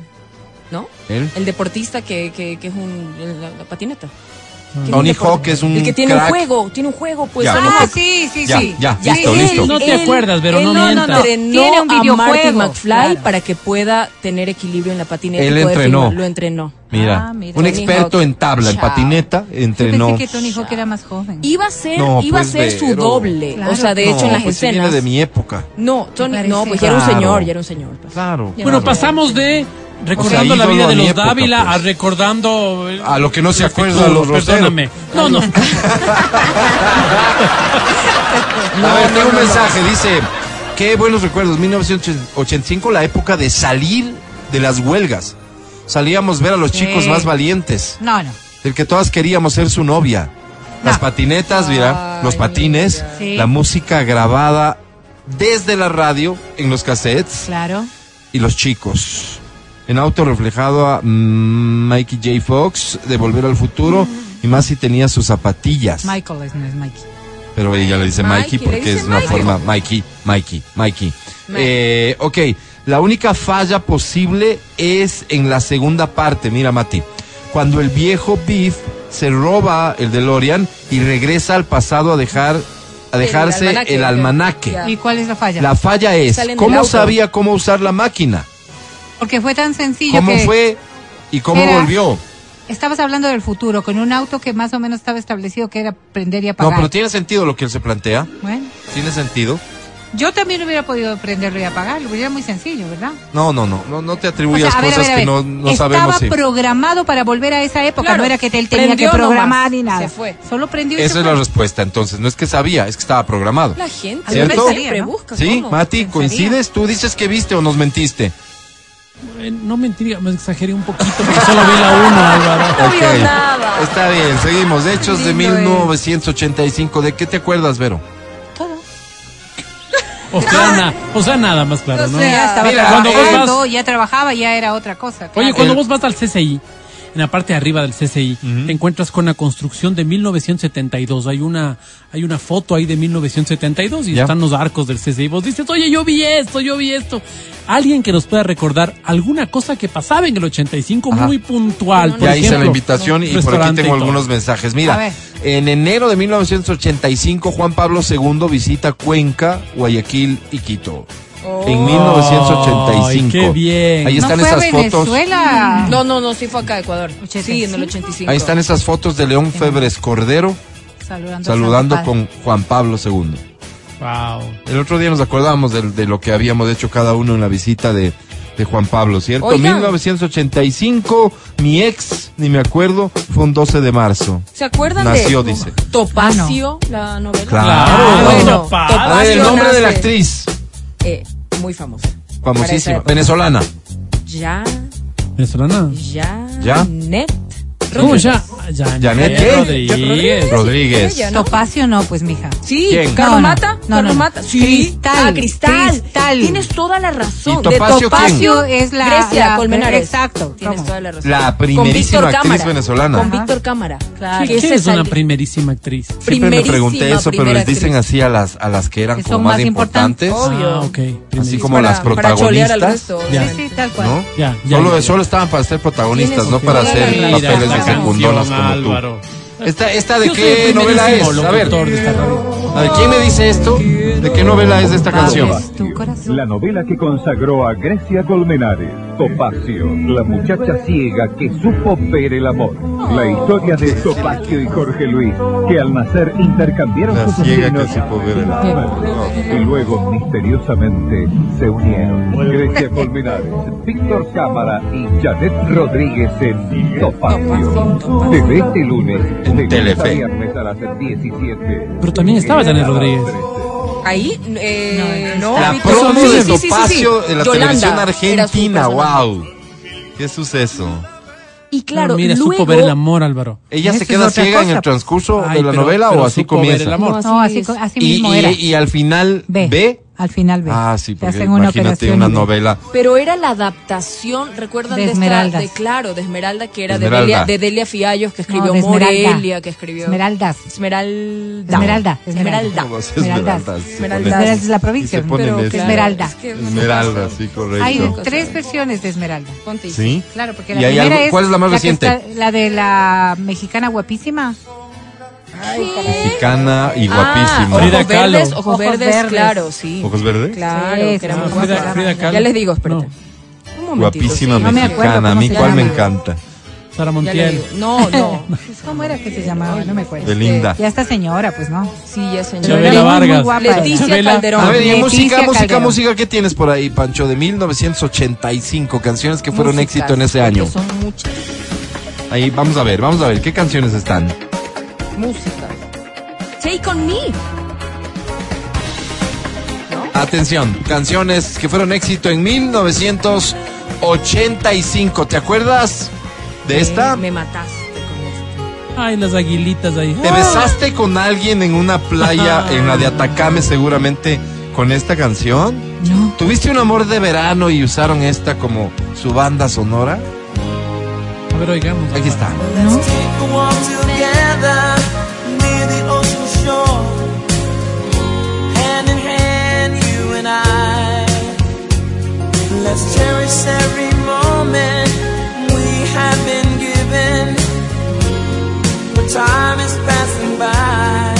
Speaker 4: ¿no?
Speaker 3: ¿Él?
Speaker 4: El deportista que, que, que es un, el- la, la patineta. Que es un
Speaker 3: Mm. Tony
Speaker 4: deporte.
Speaker 3: Hawk es un
Speaker 4: El que tiene
Speaker 3: crack.
Speaker 4: un juego, tiene un juego, pues.
Speaker 3: Ya,
Speaker 4: ah,
Speaker 6: Ah,
Speaker 3: no
Speaker 4: sí,
Speaker 6: sí, sí,
Speaker 3: Ya,
Speaker 6: sí.
Speaker 3: ya, ya
Speaker 4: Sí,
Speaker 3: está,
Speaker 4: él-
Speaker 3: listo.
Speaker 5: No te
Speaker 4: él-
Speaker 5: acuerdas, pero
Speaker 4: él
Speaker 5: no mientas.
Speaker 4: No, entrenó
Speaker 6: Tiene un
Speaker 4: a Marty
Speaker 6: videojuego,
Speaker 4: McFly
Speaker 6: claro.
Speaker 4: para que pueda tener equilibrio en la patineta. y
Speaker 3: Él
Speaker 4: poder
Speaker 3: entrenó.
Speaker 4: filmar. Lo entrenó.
Speaker 3: Mira,
Speaker 6: Ah, mira.
Speaker 3: un
Speaker 4: Tony
Speaker 3: experto
Speaker 4: Hawk.
Speaker 3: en tabla, en
Speaker 4: Chao.
Speaker 3: patineta,
Speaker 6: Yo
Speaker 3: entrenó.
Speaker 6: pensé que Tony Hawk era más joven.
Speaker 4: Iba a ser,
Speaker 3: No,
Speaker 4: iba a
Speaker 3: pues,
Speaker 4: ser su
Speaker 3: Vero.
Speaker 4: doble.
Speaker 6: Claro.
Speaker 4: O sea, de hecho,
Speaker 3: No,
Speaker 4: en las
Speaker 3: pues sí
Speaker 4: escenas.
Speaker 3: viene de mi época.
Speaker 4: No, Tony,
Speaker 6: Me
Speaker 4: no,
Speaker 6: parece.
Speaker 4: pues ya era un
Speaker 3: Claro.
Speaker 4: señor, ya era un señor. pues.
Speaker 3: Claro.
Speaker 4: Ya
Speaker 5: Bueno,
Speaker 4: no, pasa-
Speaker 5: pasamos de recordando
Speaker 3: O sea,
Speaker 5: la vida
Speaker 3: ídolo a
Speaker 5: de
Speaker 3: mi
Speaker 5: los
Speaker 3: época,
Speaker 5: Dávila
Speaker 3: pues.
Speaker 5: a recordando eh,
Speaker 3: A lo que no se
Speaker 5: los
Speaker 3: acuerda,
Speaker 5: Pitudos,
Speaker 3: los Rosero.
Speaker 5: Perdóname.
Speaker 3: *laughs*
Speaker 5: No, no. Eh,
Speaker 3: A ver, tengo un mensaje, dice, qué buenos recuerdos, 1985, la época de salir de las huelgas. Salíamos a ver a los chicos
Speaker 6: Sí.
Speaker 3: más valientes,
Speaker 6: No, no.
Speaker 3: el que todas queríamos ser su novia. Las
Speaker 6: No.
Speaker 3: patinetas, mira,
Speaker 4: Ay,
Speaker 3: los patines,
Speaker 4: mira.
Speaker 6: Sí.
Speaker 3: la música grabada desde la radio en los cassettes
Speaker 6: Claro.
Speaker 3: y los chicos. en auto reflejado a mm, Mikey J. Fox de Volver al Futuro y más si tenía sus zapatillas.
Speaker 6: Michael es, no es Mm. Mikey.
Speaker 3: Pero ella le dice
Speaker 4: Mikey,
Speaker 3: Mikey,
Speaker 4: le
Speaker 3: porque
Speaker 4: dice
Speaker 3: es una
Speaker 4: Mikey.
Speaker 3: forma Mikey, Mikey, Mikey.
Speaker 4: Mikey.
Speaker 3: Eh, ok, la única falla posible es en la segunda parte, mira Mati, cuando el viejo Beef se roba el DeLorean y regresa al pasado a dejar a dejarse el almanaque.
Speaker 4: almanaque, ok. Ya.
Speaker 6: ¿Y cuál es la falla?
Speaker 3: La falla es,
Speaker 4: Salen del
Speaker 3: ¿cómo
Speaker 4: auto.
Speaker 3: sabía cómo usar la máquina?
Speaker 6: Porque fue tan sencillo
Speaker 3: ¿Cómo
Speaker 6: que
Speaker 3: fue y cómo
Speaker 6: Era-
Speaker 3: volvió?
Speaker 6: estabas hablando del futuro con un auto que más o menos estaba establecido que era prender y
Speaker 3: No,
Speaker 6: apagar.
Speaker 3: pero tiene sentido lo que él se plantea.
Speaker 6: Bueno,
Speaker 3: Tiene sentido.
Speaker 6: yo también hubiera podido prenderlo y apagarlo, porque era muy sencillo, ¿verdad?
Speaker 3: No, no, no, no, no te
Speaker 6: O
Speaker 3: atribuyas
Speaker 6: sea, a ver, a
Speaker 3: cosas
Speaker 6: ver, a
Speaker 3: que
Speaker 6: ver.
Speaker 3: no, no
Speaker 6: Estaba
Speaker 3: sabemos. si-
Speaker 6: programado para volver a esa época,
Speaker 4: Claro,
Speaker 6: no era que él tenía que
Speaker 4: prendió nomás,
Speaker 6: programar ni nada.
Speaker 4: se fue.
Speaker 6: Solo prendió y se
Speaker 3: Esa es
Speaker 6: fue.
Speaker 3: la respuesta, entonces. No es que sabía, es que estaba programado.
Speaker 4: La gente
Speaker 3: ¿Cierto?
Speaker 4: ¿no? siempre
Speaker 6: ¿no?
Speaker 4: busca.
Speaker 3: ¿Sí?
Speaker 4: ¿cómo?
Speaker 3: Mati,
Speaker 6: Pensaría.
Speaker 3: ¿coincides? ¿Tú dices que viste o nos mentiste?
Speaker 5: Eh, No mentiría, me exageré un poquito porque solo vi la 1, Álvaro.
Speaker 4: vio nada. eh.
Speaker 3: Está bien, seguimos. Hechos de
Speaker 6: Lindo es.
Speaker 3: 1985. ¿De qué te acuerdas, Vero?
Speaker 5: O sea, na- o sea, nada más claro, ¿no?
Speaker 4: O sea,
Speaker 6: Ya estaba
Speaker 3: Mira,
Speaker 5: cuando vos
Speaker 6: trabajando,
Speaker 5: vas-
Speaker 6: ya trabajaba, ya era otra cosa.
Speaker 5: Oye,
Speaker 6: claro.
Speaker 5: cuando
Speaker 3: Ah, El-
Speaker 5: vos vas al CCI, en la parte de arriba del CCI, te encuentras con la construcción de 1972. Hay una, hay una foto ahí de 1972 y
Speaker 3: Ya.
Speaker 5: están los arcos del CCI. Vos dices, oye, yo vi esto, yo vi esto. Alguien que nos pueda recordar alguna cosa que pasaba en el 85
Speaker 3: Ajá.
Speaker 5: muy puntual.
Speaker 4: No,
Speaker 5: por
Speaker 3: Ya hice la
Speaker 5: ejemplo.
Speaker 3: invitación y por aquí
Speaker 5: Restaurante y
Speaker 3: tengo
Speaker 5: todo.
Speaker 3: algunos mensajes.
Speaker 6: A
Speaker 3: Mira,
Speaker 6: ver.
Speaker 3: en enero de 1985, Juan Pablo II visita Cuenca, Guayaquil y Quito.
Speaker 4: Oh.
Speaker 3: En 1985.
Speaker 5: Ay, qué bien.
Speaker 3: Ahí
Speaker 6: no
Speaker 3: están
Speaker 6: fue
Speaker 3: esas fotos.
Speaker 6: Venezuela.
Speaker 4: No, no, no, sí fue acá, Ecuador.
Speaker 6: 85.
Speaker 4: Sí, en el 85.
Speaker 3: Ahí están esas fotos de León Febres Cordero
Speaker 6: Saludando, a
Speaker 3: saludando
Speaker 6: Santa
Speaker 3: con Juan Pablo II.
Speaker 5: Wow.
Speaker 3: El otro día nos acordábamos del- de, lo que habíamos hecho cada uno en la visita de, de Juan Pablo, ¿cierto?
Speaker 4: Oigan.
Speaker 3: 1985, mi ex, ni me acuerdo, fue un 12 de marzo.
Speaker 4: ¿Se acuerdan
Speaker 3: Nació,
Speaker 4: de
Speaker 3: dice.
Speaker 4: Topacio, la novela?
Speaker 3: Claro.
Speaker 4: Ah, bueno,
Speaker 5: Topacio.
Speaker 3: A ver, el
Speaker 4: Topacio
Speaker 3: nombre de la
Speaker 4: nace,
Speaker 3: actriz,
Speaker 4: eh, muy famosa.
Speaker 3: famosísima,
Speaker 4: Para esa
Speaker 3: venezolana.
Speaker 4: época. Ya,
Speaker 5: Venezolana.
Speaker 4: ya,
Speaker 3: Ya.
Speaker 4: Net.
Speaker 5: ¿Cómo
Speaker 4: Rodríguez.
Speaker 5: ya? Ya-
Speaker 3: Janet
Speaker 5: Janet
Speaker 3: ¿qué?
Speaker 5: Rodríguez.
Speaker 3: Rodríguez.
Speaker 4: Ella, ¿no?
Speaker 6: Topacio no, pues mija.
Speaker 4: Sí,
Speaker 3: ¿Quién?
Speaker 4: Carlos
Speaker 6: No, no,
Speaker 4: Mata,
Speaker 6: no,
Speaker 4: Carlos
Speaker 6: no.
Speaker 4: Mata, sí,
Speaker 6: Cristal,
Speaker 4: Ah, cristal,
Speaker 6: Cristal.
Speaker 4: Tienes toda la razón.
Speaker 3: ¿Y Topacio
Speaker 4: de
Speaker 3: quién?
Speaker 4: Topacio
Speaker 6: Topacio es la-
Speaker 4: Grecia
Speaker 6: la-
Speaker 4: Colmenares.
Speaker 6: exacto,
Speaker 4: Tienes
Speaker 6: ¿cómo?
Speaker 4: toda la razón.
Speaker 3: La primerísima
Speaker 4: Con Víctor
Speaker 3: actriz
Speaker 4: Cámara.
Speaker 3: venezolana.
Speaker 4: Con
Speaker 3: Ajá.
Speaker 4: Víctor Cámara. Claro.
Speaker 5: ¿Qué, qué es una primerísima actriz?
Speaker 3: Siempre me pregunté
Speaker 4: Primerísima,
Speaker 3: eso, pero les
Speaker 4: primera
Speaker 3: dicen
Speaker 4: actriz.
Speaker 3: así a las, a las que eran
Speaker 6: Que
Speaker 3: como
Speaker 6: son
Speaker 3: más,
Speaker 6: más
Speaker 3: importantes,
Speaker 6: importantes.
Speaker 4: Obvio.
Speaker 5: Ah, ok.
Speaker 3: así
Speaker 5: primerísima.
Speaker 3: como las
Speaker 4: Para cholear al
Speaker 3: protagonistas.
Speaker 4: resto,
Speaker 5: Ya.
Speaker 6: Sí, sí, tal cual.
Speaker 4: Oh,
Speaker 3: ¿no?
Speaker 4: pues.
Speaker 5: Ya, ya,
Speaker 3: solo,
Speaker 5: ya, ya.
Speaker 3: solo estaban para ser protagonistas,
Speaker 4: Tienes
Speaker 3: no
Speaker 4: que
Speaker 3: para hacer
Speaker 4: tener la
Speaker 5: Mira,
Speaker 4: vida,
Speaker 3: papeles de
Speaker 5: la
Speaker 4: canción,
Speaker 3: secundonas como tú.
Speaker 5: Álvaro.
Speaker 3: Esta, esta de
Speaker 5: Yo soy
Speaker 3: qué
Speaker 5: el
Speaker 3: novela es?
Speaker 5: primerísimo
Speaker 3: A ver,
Speaker 5: locutor de esta radio.
Speaker 3: a ver, ¿quién me dice esto? ¿De qué novela es esta canción?
Speaker 6: Abres tu corazón.
Speaker 7: La novela que consagró a Grecia Colmenares, Topacio, la muchacha ciega que supo ver el amor. La historia de Topacio y Jorge Luis, que al nacer intercambiaron
Speaker 3: La
Speaker 7: sus
Speaker 3: ciega que
Speaker 7: destinos
Speaker 3: supo ver el
Speaker 7: y luego misteriosamente se unieron. Grecia Colmenares, Víctor Cámara y Janet Rodríguez en Topacio. Desde este lunes,
Speaker 3: En
Speaker 7: de lunes a
Speaker 3: Telefe.
Speaker 7: viernes a las 17.
Speaker 5: Pero también estaba Janet Rodríguez.
Speaker 4: Ahí, eh, no,
Speaker 3: La
Speaker 4: Víctor
Speaker 3: promo
Speaker 4: Cámara.
Speaker 3: de
Speaker 4: Sí, sí, sí, sí,
Speaker 3: Topacio
Speaker 4: sí.
Speaker 3: de la
Speaker 4: Yolanda
Speaker 3: televisión
Speaker 4: era su
Speaker 3: argentina,
Speaker 4: personaje.
Speaker 3: wow. ¿Qué suceso?
Speaker 4: Y claro,
Speaker 5: mira,
Speaker 4: luego,
Speaker 5: supo ver el amor, Álvaro.
Speaker 3: ¿Ella se
Speaker 6: Eso es
Speaker 3: queda
Speaker 6: otra
Speaker 3: ciega en el
Speaker 6: cosa.
Speaker 3: transcurso
Speaker 5: Ay,
Speaker 3: de la
Speaker 5: pero-
Speaker 3: novela
Speaker 5: pero
Speaker 3: o así
Speaker 5: supo ver el
Speaker 3: comienza?
Speaker 5: amor.
Speaker 4: Así
Speaker 6: No, así,
Speaker 4: es.
Speaker 6: co- así
Speaker 3: Y,
Speaker 6: mismo
Speaker 3: y-
Speaker 6: era.
Speaker 3: y al final
Speaker 6: Ve,
Speaker 3: ve.
Speaker 6: Al final ve.
Speaker 3: Ah, sí,
Speaker 6: Te
Speaker 3: porque
Speaker 6: hacen una
Speaker 3: imagínate
Speaker 6: operación
Speaker 3: una
Speaker 6: y ve.
Speaker 3: novela.
Speaker 4: Pero era la adaptación, ¿recuerdan
Speaker 6: De
Speaker 4: de, esta?
Speaker 6: Esmeraldas.
Speaker 4: De claro, de Esmeralda, que era
Speaker 3: Esmeralda.
Speaker 4: De, Delia, de Delia Fiallos, que escribió
Speaker 6: No, de Esmeralda.
Speaker 4: Morelia, que escribió.
Speaker 6: Esmeraldas.
Speaker 4: Esmeralda.
Speaker 6: Esmeralda, Esmeralda.
Speaker 4: Esmeralda.
Speaker 3: ¿Cómo se- *laughs*
Speaker 6: Esmeraldas.
Speaker 3: Esmeraldas, se
Speaker 4: Esmeraldas.
Speaker 3: ponen-
Speaker 6: Esmeraldas es la
Speaker 3: y se
Speaker 6: provincia. ¿no?
Speaker 3: ponen
Speaker 4: Pero
Speaker 3: eso.
Speaker 4: claro,
Speaker 6: Esmeralda.
Speaker 4: es que no me
Speaker 3: Esmeralda,
Speaker 4: pasa.
Speaker 3: sí, correcto.
Speaker 6: Hay
Speaker 4: Correcto.
Speaker 6: tres versiones de Esmeralda.
Speaker 4: Ponte ahí.
Speaker 3: ¿Sí?
Speaker 6: Claro, porque
Speaker 3: ¿Y
Speaker 6: la
Speaker 3: hay
Speaker 6: primera
Speaker 3: algo-
Speaker 6: es
Speaker 3: cuál es la más
Speaker 6: que
Speaker 3: reciente?
Speaker 6: está- la de la mexicana guapísima.
Speaker 3: Mexicana y
Speaker 4: Ah,
Speaker 3: guapísima.
Speaker 5: Frida
Speaker 4: ojos verdes,
Speaker 5: Kahlo.
Speaker 4: ojos,
Speaker 6: Ojos
Speaker 4: verdes,
Speaker 6: verdes.
Speaker 4: claro, sí.
Speaker 3: ¿Ojos verdes?
Speaker 4: Claro,
Speaker 6: Sí,
Speaker 4: que era
Speaker 6: sí,
Speaker 4: muy
Speaker 6: sí.
Speaker 4: guapa.
Speaker 5: Frida, Frida Kahlo.
Speaker 4: Ya les digo, espérate. Un
Speaker 5: No,
Speaker 4: momentito,
Speaker 3: Guapísima
Speaker 4: sí.
Speaker 6: No me acuerdo
Speaker 3: mexicana, a
Speaker 6: cómo
Speaker 3: mí
Speaker 6: se
Speaker 3: cuál me
Speaker 6: llama.
Speaker 3: encanta.
Speaker 4: Ya le
Speaker 5: Sara
Speaker 4: digo.
Speaker 5: Montiel.
Speaker 4: No, no.
Speaker 6: ¿Cómo era que se llamaba? *laughs* No
Speaker 3: De
Speaker 6: me acuerdo.
Speaker 3: linda.
Speaker 6: Ya está señora, pues no.
Speaker 4: Sí, ya señor.
Speaker 5: Chabela
Speaker 6: era muy, muy
Speaker 5: Vargas.
Speaker 6: guapa.
Speaker 4: Leticia
Speaker 5: Chabela-
Speaker 4: Calderón.
Speaker 3: A ver, y
Speaker 6: Leticia
Speaker 3: música, música,
Speaker 6: Calderón.
Speaker 3: música, ¿qué tienes por ahí, Pancho? De 1985, canciones que fueron
Speaker 4: Músicas,
Speaker 3: éxito en ese año.
Speaker 4: porque Son muchas
Speaker 3: Ahí, vamos a ver, vamos a ver, ¿qué canciones están?
Speaker 4: músicas. Take on me.
Speaker 3: Atención, canciones que fueron éxito en 1985. ¿Te acuerdas de esta?
Speaker 4: Me, me mataste con esto.
Speaker 5: Ay, las aguilitas ahí.
Speaker 3: *laughs* Te besaste con alguien en una playa, en la de Atacame seguramente, con esta canción?
Speaker 6: No.
Speaker 3: ¿Tuviste un amor de verano y usaron esta como su banda sonora?
Speaker 5: A ver, oigamos.
Speaker 3: Aquí está.
Speaker 6: ¿No?
Speaker 8: Let's cherish every moment we have been given. For time is passing by.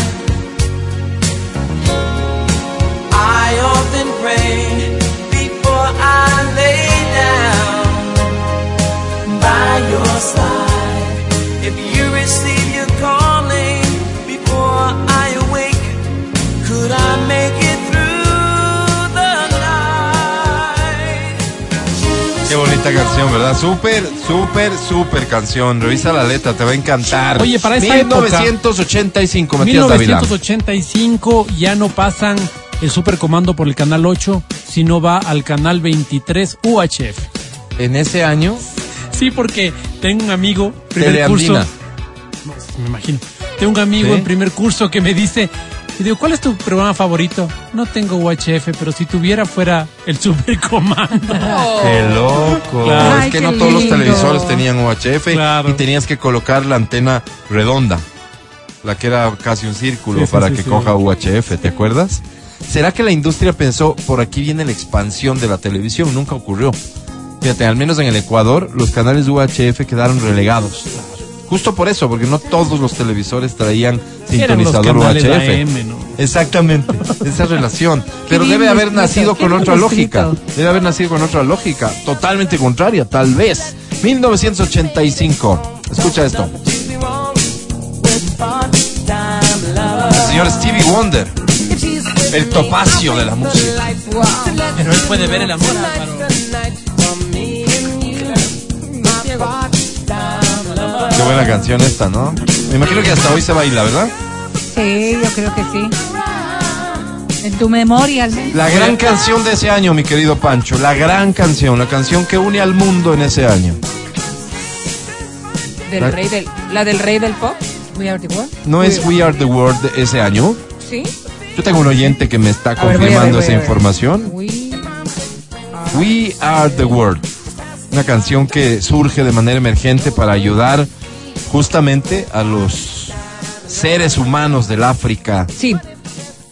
Speaker 8: I often pray before I lay down by your side. If you receive your calling before I awake, could I make it through the night?
Speaker 3: Qué bonita canción, ¿verdad? Súper, súper, súper canción. Revisa la letra, te va a encantar.
Speaker 5: Oye, para esa época-
Speaker 3: 1985, Matías Dávila.
Speaker 5: 1985 ya no pasan el supercomando por el canal 8, sino va al canal 23 UHF.
Speaker 3: En ese año,
Speaker 5: Sí, porque tengo un amigo, primer
Speaker 3: Teleandina.
Speaker 5: curso. No, sí, me imagino. Tengo un amigo
Speaker 3: Sí.
Speaker 5: en primer curso que me dice, y digo, ¿cuál es tu programa favorito? No tengo UHF, pero si tuviera fuera el *laughs* supercomando.
Speaker 3: Qué loco.
Speaker 5: Claro.
Speaker 3: es
Speaker 6: Ay,
Speaker 3: que
Speaker 6: qué
Speaker 3: no todos los
Speaker 6: lindo.
Speaker 3: televisores tenían UHF
Speaker 5: Claro.
Speaker 3: y tenías que colocar la antena redonda, la que era casi un círculo
Speaker 5: Sí, sí,
Speaker 3: para
Speaker 5: sí,
Speaker 3: que
Speaker 5: sí.
Speaker 3: coja UHF, ¿te acuerdas? ¿Será que la industria pensó, por aquí viene la expansión de la televisión? Nunca ocurrió. Fíjate, al menos en el Ecuador, los canales UHF quedaron relegados. Justo por eso, porque no todos los televisores traían
Speaker 5: Eran los
Speaker 3: sintonizador
Speaker 5: canales
Speaker 3: UHF.
Speaker 5: AM, ¿no? *laughs*
Speaker 3: Exactamente, esa relación. Pero
Speaker 6: bien
Speaker 3: debe haber
Speaker 6: descrito,
Speaker 3: nacido
Speaker 6: qué
Speaker 3: con
Speaker 6: bien
Speaker 3: otra
Speaker 6: descrito.
Speaker 3: lógica. Debe haber nacido con otra lógica. Totalmente contraria, tal vez. 1985. Escucha esto.
Speaker 8: Keep me warm with part-time love.
Speaker 3: El señor Stevie Wonder. El topacio de la música.
Speaker 5: Pero él puede ver el amor,
Speaker 3: Qué buena canción esta, ¿no? Me imagino que hasta hoy se baila, ¿verdad?
Speaker 6: Sí, yo creo que sí. En tu memoria, al menos.
Speaker 3: La gran canción de ese año, mi querido Pancho. La gran canción. La canción que une al mundo en ese año.
Speaker 4: Del
Speaker 3: La-
Speaker 4: rey del, la del rey del pop,
Speaker 6: We are the world.
Speaker 3: ¿No es We Are the World de ese año?
Speaker 4: ¿sí?
Speaker 3: Yo tengo un oyente que me está
Speaker 6: ver, voy a ver,
Speaker 3: confirmando
Speaker 6: voy a
Speaker 3: esa
Speaker 6: ver.
Speaker 3: información.
Speaker 6: We-
Speaker 3: We Are the World. Una canción que surge de manera emergente para ayudar justamente a los seres humanos del África
Speaker 6: Sí,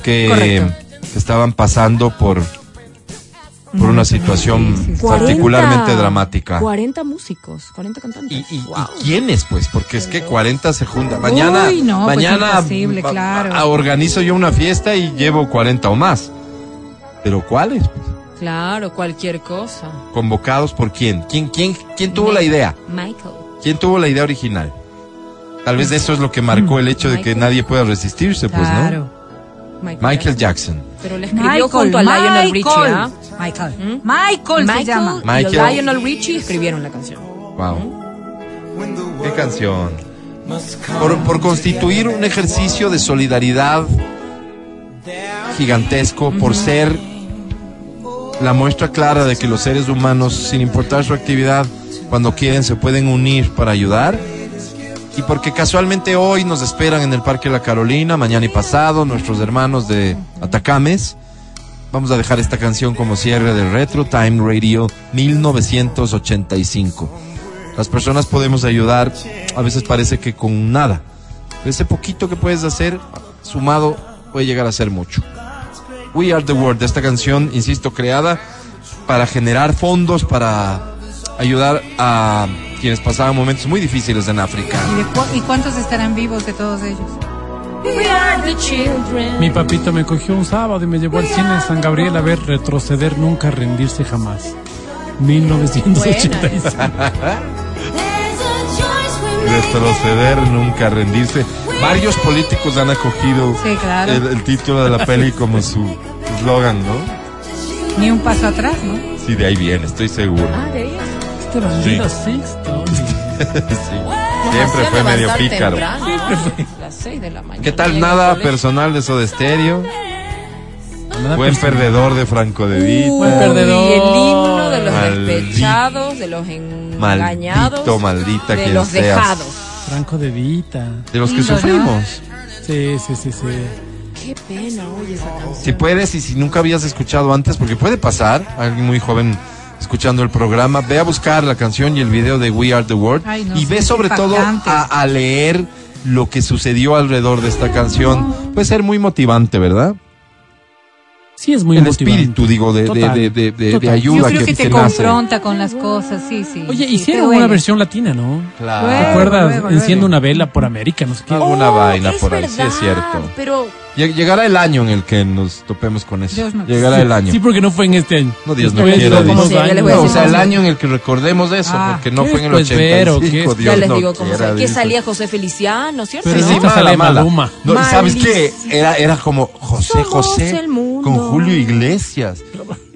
Speaker 3: que,
Speaker 6: Correcto.
Speaker 3: que estaban pasando por, por una situación
Speaker 6: sí, sí.
Speaker 3: particularmente dramática.
Speaker 4: 40 músicos, 40
Speaker 3: ¿Y,
Speaker 4: cantantes.
Speaker 3: y- y
Speaker 4: Wow.
Speaker 3: quiénes, pues? Porque es que 40 se juntan. Mañana,
Speaker 6: Uy, no, pues
Speaker 3: mañana
Speaker 6: imposible,
Speaker 3: va-
Speaker 6: claro.
Speaker 3: a- organizo yo una fiesta y llevo 40 o más. ¿Pero cuáles? pues?
Speaker 4: Claro, cualquier cosa.
Speaker 3: ¿Convocados por quién? ¿Quién, quién, quién tuvo la idea?
Speaker 4: Michael.
Speaker 3: ¿Quién tuvo la idea original? Tal vez eso es lo que marcó el hecho de que
Speaker 4: Michael.
Speaker 3: nadie pueda resistirse, pues, ¿no?
Speaker 6: claro.
Speaker 4: Michael,
Speaker 3: Michael Jackson.
Speaker 4: Pero le escribió junto a Lionel Richie, ¿ah?
Speaker 6: Michael.
Speaker 4: ¿Mm?
Speaker 6: Michael se
Speaker 4: Michael
Speaker 6: llama.
Speaker 4: y los
Speaker 3: Michael.
Speaker 4: Lionel Richie escribieron la canción.
Speaker 3: Wow. Qué canción. Por, por constituir un ejercicio de solidaridad gigantesco, por ser la muestra clara de que los seres humanos, sin importar su actividad, cuando quieren se pueden unir para ayudar. Y porque casualmente hoy nos esperan en el Parque La Carolina, mañana y pasado, nuestros hermanos de Atacames. Vamos a dejar esta canción como cierre de Retro Time Radio 1985. Las personas podemos ayudar, a veces parece que con nada. Pero ese poquito que puedes hacer, sumado, puede llegar a ser mucho. We Are the World, esta canción, insisto, creada para generar fondos, para ayudar a quienes pasaban momentos muy difíciles en África.
Speaker 6: ¿Y, de cu- ¿Y cuántos estarán vivos de todos ellos?
Speaker 5: Mi papito me cogió un sábado y me llevó al cine de San Gabriel a ver retroceder nunca rendirse jamás. 1985.
Speaker 3: Retroceder, nunca rendirse. Varios políticos han acogido
Speaker 6: Sí, claro.
Speaker 3: el, el título de la peli como su eslogan, ¿no?
Speaker 6: Ni un paso atrás, ¿no?
Speaker 3: Sí, de ahí viene, estoy seguro.
Speaker 6: Ah.
Speaker 4: Ah,
Speaker 5: Esto era
Speaker 3: Sí.
Speaker 5: Little Sixto.
Speaker 3: *laughs* Sí. Siempre fue medio pícaro.
Speaker 4: Siempre fue. Las 6 de la mañana.
Speaker 3: ¿Qué tal
Speaker 4: Llega
Speaker 3: nada
Speaker 4: al colegio.
Speaker 3: personal de Soda Stereo?
Speaker 5: Nada
Speaker 3: Buen
Speaker 5: personal.
Speaker 3: perdedor de Franco de
Speaker 6: Uh,
Speaker 4: Uy,
Speaker 5: Buen
Speaker 3: Vita.
Speaker 5: perdedor.
Speaker 4: el himno de los
Speaker 3: Maldito.
Speaker 4: despechados, de los engañados,
Speaker 3: Maldito, maldita
Speaker 4: de
Speaker 3: quien
Speaker 4: los
Speaker 3: seas.
Speaker 4: dejados.
Speaker 5: Franco de Vita.
Speaker 3: De los que
Speaker 6: Lindo, ¿no?
Speaker 3: sufrimos.
Speaker 5: Sí, sí, sí, sí.
Speaker 4: Qué pena, oye, esa canción.
Speaker 3: Si puedes y si nunca habías escuchado antes, porque puede pasar, alguien muy joven escuchando el programa, ve a buscar la canción y el video de We Are the World
Speaker 6: Ay, no,
Speaker 3: y
Speaker 6: sí,
Speaker 3: ve
Speaker 6: qué
Speaker 3: sobre todo
Speaker 6: impactante.
Speaker 3: a, a leer lo que sucedió alrededor de esta canción. Puede ser muy motivante, ¿verdad?
Speaker 5: Sí, es muy
Speaker 3: el
Speaker 5: motivante.
Speaker 3: espíritu, digo, de, de-
Speaker 5: Total,
Speaker 3: de- de- de- de
Speaker 5: total.
Speaker 6: Yo
Speaker 3: ayuda
Speaker 6: creo que,
Speaker 3: que,
Speaker 6: te
Speaker 3: que nace.
Speaker 6: confronta con las cosas, sí, sí.
Speaker 5: Oye,
Speaker 6: sí, te
Speaker 5: hicieron
Speaker 6: duele.
Speaker 5: una versión latina, ¿no?
Speaker 3: Claro.
Speaker 5: ¿Te
Speaker 6: Luego,
Speaker 5: acuerdas?
Speaker 6: luego,
Speaker 5: Enciende
Speaker 6: luego.
Speaker 5: una vela por América, no sé qué.
Speaker 3: Algo- Alguna
Speaker 4: Oh,
Speaker 3: vaina
Speaker 4: es
Speaker 3: por ahí, sí es
Speaker 4: verdad,
Speaker 3: cierto.
Speaker 4: Pero
Speaker 3: Lleg- Llegará el año en el que nos topemos con eso.
Speaker 6: Dios no
Speaker 3: Llegará
Speaker 5: Sí,
Speaker 3: el año.
Speaker 5: Sí, porque no fue en este año.
Speaker 3: No, Dios no
Speaker 5: Fue en
Speaker 3: quiera,
Speaker 5: los
Speaker 3: dice.
Speaker 5: dos
Speaker 4: Sí, yo les voy a
Speaker 3: No,
Speaker 5: años.
Speaker 3: o
Speaker 4: decir
Speaker 3: sea, el
Speaker 4: más.
Speaker 3: año en el que recordemos eso,
Speaker 6: Ah,
Speaker 3: porque no
Speaker 5: ¿qué?
Speaker 3: fue en el
Speaker 5: Pues, Vero,
Speaker 3: 85,
Speaker 5: ¿qué?
Speaker 3: Dios
Speaker 4: ya les
Speaker 3: no
Speaker 4: digo cómo
Speaker 3: quiera,
Speaker 4: sea. Que
Speaker 3: dice.
Speaker 4: salía José Feliciano, ¿cierto?
Speaker 5: Pero
Speaker 3: Sí,
Speaker 5: no,
Speaker 3: sí,
Speaker 5: esta
Speaker 3: mala,
Speaker 5: sale
Speaker 3: mala.
Speaker 5: Maluma.
Speaker 3: No, ¿y ¿Sabes qué?
Speaker 4: Malísimo.
Speaker 3: Era, era como José
Speaker 4: Somos
Speaker 3: José
Speaker 4: el mundo.
Speaker 3: con Julio Iglesias.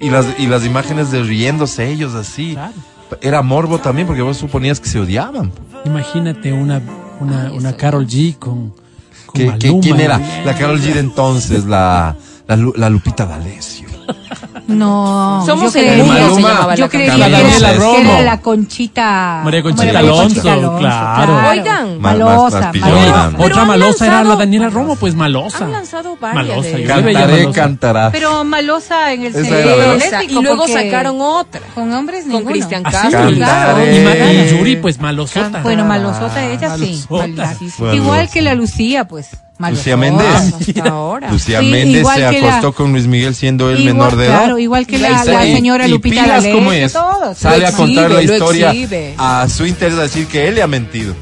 Speaker 3: Y las, y las imágenes de riéndose ellos así.
Speaker 5: Claro.
Speaker 3: Era morbo también porque vos suponías que se odiaban.
Speaker 5: Imagínate una, una,
Speaker 4: Ay,
Speaker 5: una
Speaker 4: eso
Speaker 5: Carol G con, con
Speaker 3: ¿Qué- qué-
Speaker 5: Maluma.
Speaker 3: ¿Quién era? La Carol G de entonces, la, la, Lu- la Lupita D'Alessio.
Speaker 6: No.
Speaker 4: Somos
Speaker 6: yo
Speaker 4: el
Speaker 6: creería-
Speaker 4: mundo, se
Speaker 3: Maluma.
Speaker 4: llamaba la
Speaker 6: Yo creía que
Speaker 3: cantante.
Speaker 6: era,
Speaker 5: Daniela
Speaker 6: que era
Speaker 5: Romo.
Speaker 6: la Conchita.
Speaker 5: María Conchita
Speaker 6: María
Speaker 5: Alonso, claro.
Speaker 4: Oigan.
Speaker 3: Más- más-
Speaker 6: Malosa,
Speaker 3: más
Speaker 5: No,
Speaker 3: pillona,
Speaker 6: malosa.
Speaker 3: ¿no?
Speaker 5: otra
Speaker 4: han
Speaker 5: malosa era la
Speaker 4: lanzado-
Speaker 5: Daniela Romo, pues malosa.
Speaker 4: Han lanzado varias
Speaker 5: Malosa,
Speaker 4: de
Speaker 5: yo
Speaker 4: ellas.
Speaker 5: le veía
Speaker 3: Cantaré,
Speaker 5: malosa.
Speaker 3: cantará.
Speaker 6: Pero malosa en el
Speaker 3: Esa
Speaker 6: sentido
Speaker 3: era la-
Speaker 4: Esa,
Speaker 6: lésbico,
Speaker 4: y luego
Speaker 6: porque
Speaker 4: sacaron otra.
Speaker 6: Con hombres
Speaker 4: Con
Speaker 6: ninguno.
Speaker 4: Cristian
Speaker 5: Así,
Speaker 4: Castro.
Speaker 5: y-
Speaker 3: Cantaré.
Speaker 5: Y, Ma- y Yuri, pues malosota.
Speaker 3: Ah.
Speaker 6: Bueno, malosota ella sí.
Speaker 5: Malosota.
Speaker 6: maldad.
Speaker 3: Malosota.
Speaker 6: Igual que la Lucía, pues. Malosota.
Speaker 3: Lucía Méndez. *laughs*
Speaker 4: Hasta ahora.
Speaker 3: Lucía
Speaker 6: Ah, Sí,
Speaker 3: Méndez
Speaker 6: igual
Speaker 3: se
Speaker 6: que la-
Speaker 3: acostó con Luis Miguel siendo el
Speaker 6: Igual,
Speaker 3: menor de edad.
Speaker 6: claro, igual que la-
Speaker 3: Ahí está,
Speaker 6: la señora Lupita
Speaker 3: pilas
Speaker 6: D'Alessio,
Speaker 3: cómo es.
Speaker 6: todos.
Speaker 3: Sale
Speaker 4: Lo
Speaker 3: a contar la
Speaker 4: exhibe, lo
Speaker 3: historia
Speaker 4: exhibe.
Speaker 3: a su interés a decir que él le ha mentido.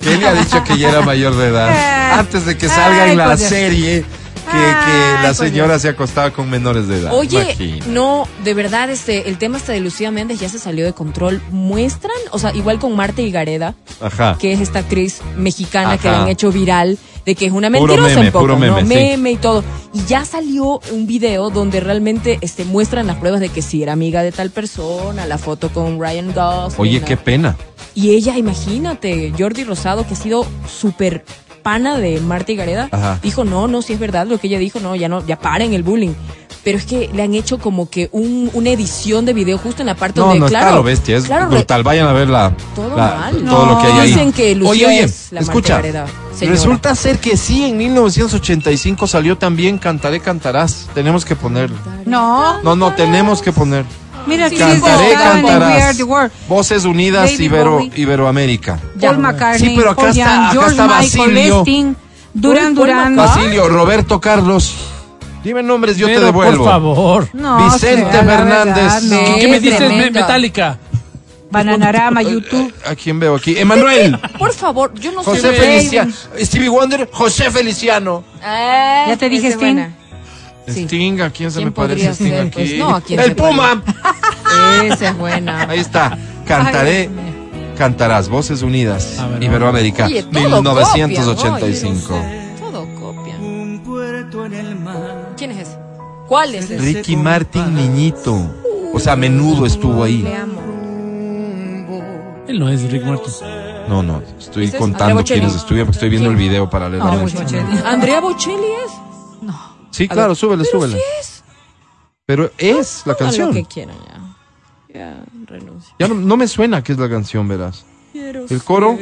Speaker 3: Que
Speaker 6: *laughs*
Speaker 3: él le ha dicho que ya era mayor de edad. Antes de que salga
Speaker 6: Ah. Ay,
Speaker 3: en la
Speaker 6: pues Dios.
Speaker 3: serie que, que
Speaker 6: Ay,
Speaker 3: la
Speaker 6: pues
Speaker 3: señora se acostaba con menores de edad.
Speaker 4: Oye,
Speaker 3: Imagina.
Speaker 4: no, de verdad, este, el tema este de Lucía Méndez ya se salió de control. Muestran, o sea, igual con Marta Higareda,
Speaker 3: Ajá.
Speaker 4: que es esta actriz mexicana que
Speaker 3: Ajá.
Speaker 4: la han hecho viral, de que es una
Speaker 3: Puro
Speaker 4: mentirosa
Speaker 3: meme,
Speaker 4: un poco,
Speaker 3: puro meme,
Speaker 4: ¿no?
Speaker 3: sí.
Speaker 4: Meme y todo. Y ya salió un video donde realmente este, muestran las pruebas de que sí era amiga de tal persona, la foto con Ryan Gosling.
Speaker 3: Oye,
Speaker 4: ¿no?
Speaker 3: qué pena.
Speaker 4: Y ella, imagínate, Jordi Rosado, que ha sido súper pana de Marta Gareda,
Speaker 3: Ajá.
Speaker 4: dijo, no, no, si es verdad lo que ella dijo, no, ya no, ya paren el bullying. Pero es que le han hecho como que un, una edición de video justo en la parte
Speaker 3: No,
Speaker 4: donde,
Speaker 3: no
Speaker 4: claro,
Speaker 3: está lo bestia, es
Speaker 4: claro, re-
Speaker 3: brutal. Vayan a ver la,
Speaker 4: Todo
Speaker 3: la-
Speaker 4: mal.
Speaker 3: todo lo que hay ahí.
Speaker 4: Dicen que Lucía
Speaker 3: oye, oye,
Speaker 4: es la Marta
Speaker 3: escucha,
Speaker 4: Gareda, señora.
Speaker 3: resulta ser que sí, en 1985 salió también Cantaré, Cantarás. Tenemos que ponerlo.
Speaker 6: No.
Speaker 3: No, no, tenemos que poner.
Speaker 6: Mira, sí,
Speaker 3: Cantaré,
Speaker 6: estaba en We Are
Speaker 3: Cantarás.
Speaker 6: the World.
Speaker 3: Voces Unidas
Speaker 6: David
Speaker 3: Ibero,
Speaker 6: Bowie.
Speaker 3: Iberoamérica.
Speaker 6: Paul McCartney,
Speaker 3: Sí, pero acá
Speaker 6: Paul
Speaker 3: está-
Speaker 6: Young,
Speaker 3: acá
Speaker 6: George
Speaker 3: está
Speaker 6: Michael,
Speaker 3: Basilio.
Speaker 6: Epstein,
Speaker 4: Paul
Speaker 6: Duran Duran.
Speaker 3: Basilio, Roberto Carlos. Dime nombres, yo
Speaker 5: Pero,
Speaker 3: te devuelvo.
Speaker 5: Por favor.
Speaker 6: No,
Speaker 3: Vicente
Speaker 6: sea, la
Speaker 3: Fernández.
Speaker 6: verdad, no.
Speaker 5: ¿Qué me
Speaker 4: Es
Speaker 5: dices Me-
Speaker 4: tremendo.
Speaker 5: Metallica?
Speaker 6: Bananarama, YouTube.
Speaker 3: ¿A quién veo aquí? Emanuel.
Speaker 4: *laughs* Por favor, yo no
Speaker 3: José
Speaker 4: soy
Speaker 3: Feliciano. Stevie Wonder, José Feliciano.
Speaker 4: Eh,
Speaker 6: Ya te dije,
Speaker 4: esa es
Speaker 6: Sting.
Speaker 4: buena. Sí.
Speaker 3: Sting, ¿a quién se
Speaker 4: ¿Quién
Speaker 3: me parece
Speaker 4: podría
Speaker 3: Sting
Speaker 4: ser?
Speaker 3: aquí?
Speaker 4: Pues no, ¿a quién
Speaker 3: El
Speaker 4: se
Speaker 3: Puma.
Speaker 4: Esa es buena.
Speaker 3: Ahí
Speaker 4: *laughs*
Speaker 3: está. Cantaré. Cantarás, Voces Unidas,
Speaker 5: A ver,
Speaker 3: Iberoamérica,
Speaker 4: Oye, todo
Speaker 3: 1985.
Speaker 4: copia, ¿no? Oye, todo copia. ¿Quién es ese? ¿Cuál es ese?
Speaker 3: Ricky Martin, niñito. O sea, a menudo estuvo ahí.
Speaker 4: Le amo.
Speaker 5: Él no es Rick Martin.
Speaker 3: No, no, estoy
Speaker 4: ¿Ese es
Speaker 3: contando
Speaker 4: Andrea Bocelli?
Speaker 3: quiénes estuvieron porque estoy viendo el video paralelamente.
Speaker 4: Andrea Bocelli es.
Speaker 3: Sí,
Speaker 4: A
Speaker 3: claro,
Speaker 4: ver,
Speaker 3: súbele,
Speaker 4: pero
Speaker 3: súbele.
Speaker 4: sí es.
Speaker 3: Pero es la
Speaker 4: Hagan Lo que
Speaker 3: canción.
Speaker 4: quieran ya. Ya renuncio.
Speaker 3: Ya no, no me suena que es la canción, verás.
Speaker 4: Quiero
Speaker 3: El coro,
Speaker 6: No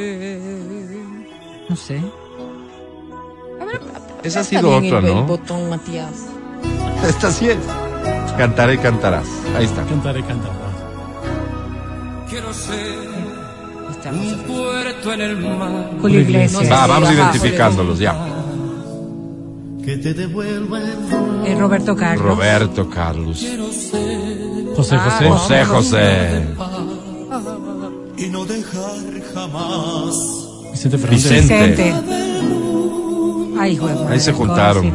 Speaker 6: sé.
Speaker 3: esa ha
Speaker 4: Está
Speaker 3: sido
Speaker 4: bien
Speaker 3: otra,
Speaker 4: el, el
Speaker 3: ¿no?
Speaker 4: botón, Matías.
Speaker 3: Esta sí es. Cantaré, cantarás. Ahí está.
Speaker 5: Cantaré, cantarás.
Speaker 4: Está José Feliciano.
Speaker 6: Julio Iglesias.
Speaker 3: Va, vamos
Speaker 4: Ajá,
Speaker 3: identificándolos ya.
Speaker 6: Eh, Roberto Carlos.
Speaker 3: Roberto Carlos.
Speaker 5: José José.
Speaker 3: José José.
Speaker 5: Vicente Fernández.
Speaker 3: Vicente.
Speaker 6: Vicente. Ay, juego.
Speaker 3: Ahí se juntaron.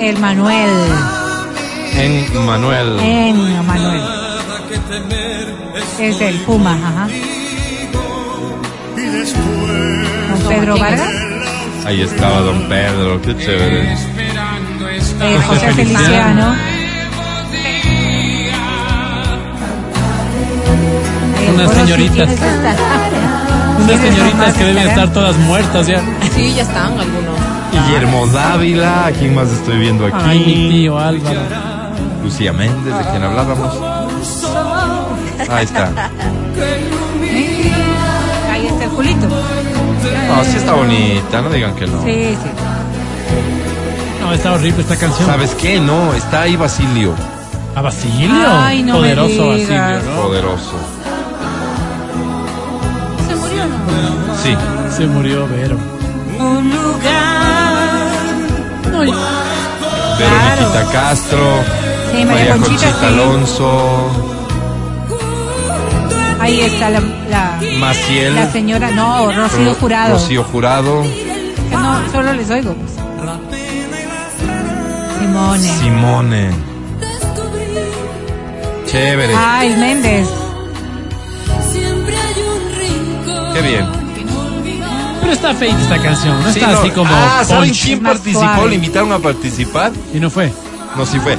Speaker 6: El Manuel.
Speaker 3: En Manuel.
Speaker 6: En Manuel. Es el Puma, ajá. Don Pedro Vargas.
Speaker 3: Ahí estaba Don Pedro. Qué chévere.
Speaker 6: eh, José Feliciano. Eh,
Speaker 5: Unas
Speaker 6: bueno, sí
Speaker 5: señoritas.
Speaker 6: tienes esta.
Speaker 5: Unas señoritas que
Speaker 6: Instagram.
Speaker 5: deben estar todas muertas ya.
Speaker 4: Sí, ya están algunos.
Speaker 3: Guillermo Dávila. ¿A quién más estoy viendo aquí?
Speaker 5: Ay, mi tío Álvaro.
Speaker 3: Lucía Méndez, de quien hablábamos. Ahí está.
Speaker 6: Ahí está el Julito.
Speaker 3: No, sí está bonita, no digan que no.
Speaker 6: Sí, sí.
Speaker 5: No, está horrible esta canción.
Speaker 3: ¿Sabes qué? No, está ahí Basilio.
Speaker 5: A Basilio.
Speaker 6: Ay, no me
Speaker 5: Poderoso
Speaker 6: digas.
Speaker 5: Basilio, ¿no?
Speaker 3: Poderoso.
Speaker 6: ¿Se murió o no?
Speaker 3: Sí.
Speaker 5: Se murió Vero.
Speaker 8: Un lugar
Speaker 5: No, y-
Speaker 3: Verónica Castro.
Speaker 6: Sí, María
Speaker 3: María
Speaker 6: Conchita,
Speaker 3: Conchita,
Speaker 6: sí.
Speaker 3: Alonso.
Speaker 6: Ahí está la, la,
Speaker 3: Maciel.
Speaker 6: la señora, no, Rocío
Speaker 3: Ro-
Speaker 6: Jurado.
Speaker 3: Rocío Jurado.
Speaker 6: Que No, solo les oigo. pues. Simone.
Speaker 3: Simone. Chévere.
Speaker 6: Ay, Ah, Méndez.
Speaker 3: Qué bien.
Speaker 5: pero está feita esta canción. No
Speaker 3: Sí,
Speaker 5: está
Speaker 3: no.
Speaker 5: así como.
Speaker 3: ah, ¿saben
Speaker 5: punch.
Speaker 3: quién
Speaker 6: Más
Speaker 3: participó?
Speaker 6: suave.
Speaker 3: ¿Le invitaron a participar?
Speaker 5: Y no fue.
Speaker 3: No, sí fue.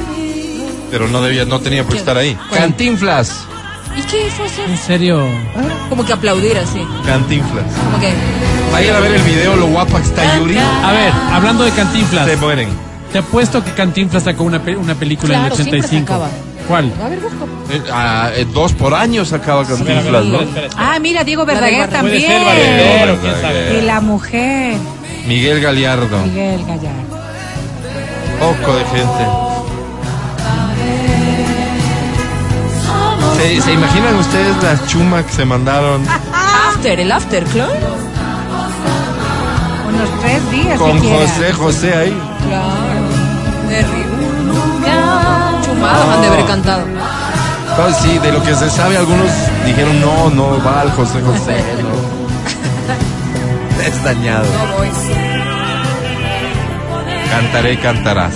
Speaker 3: Pero no debía, no tenía por qué estar ahí.
Speaker 4: ¿Cuál?
Speaker 3: Cantinflas.
Speaker 4: ¿Y qué hizo eso?
Speaker 5: En serio.
Speaker 4: Como que aplaudir así.
Speaker 3: Cantinflas.
Speaker 4: Como que.
Speaker 3: Vayan a ver el video, lo guapa que está Yuri. Ah,
Speaker 5: A ver, hablando de Cantinflas.
Speaker 3: Se mueren.
Speaker 5: Te apuesto que Cantinflas sacó una, pe- una película
Speaker 4: Claro,
Speaker 5: en el
Speaker 4: siempre
Speaker 5: 85.
Speaker 4: sacaba.
Speaker 5: ¿Cuál?
Speaker 4: A ver, busco.
Speaker 3: Eh, ah, eh, dos por año sacaba Cantinflas, ¿no?
Speaker 6: Ah, mira, Diego Verdaguer
Speaker 4: Barra-
Speaker 5: Puede ser
Speaker 6: también.
Speaker 5: Valero, quién sabe.
Speaker 6: Y la mujer,
Speaker 3: Miguel Galeardo.
Speaker 6: Miguel Gallardo.
Speaker 3: Poco de gente. ¿Se, se imaginan ustedes las chumas que se mandaron
Speaker 4: After, el after, claro.
Speaker 6: Unos tres días
Speaker 3: con
Speaker 6: siquiera.
Speaker 3: José José ahí?
Speaker 4: Claro. Terrible. Chumados han de
Speaker 3: Ah.
Speaker 4: haber cantado.
Speaker 3: No, sí, de lo que se sabe, algunos dijeron no, no va al José José. No. *laughs* Es dañado. Cantaré, cantarás.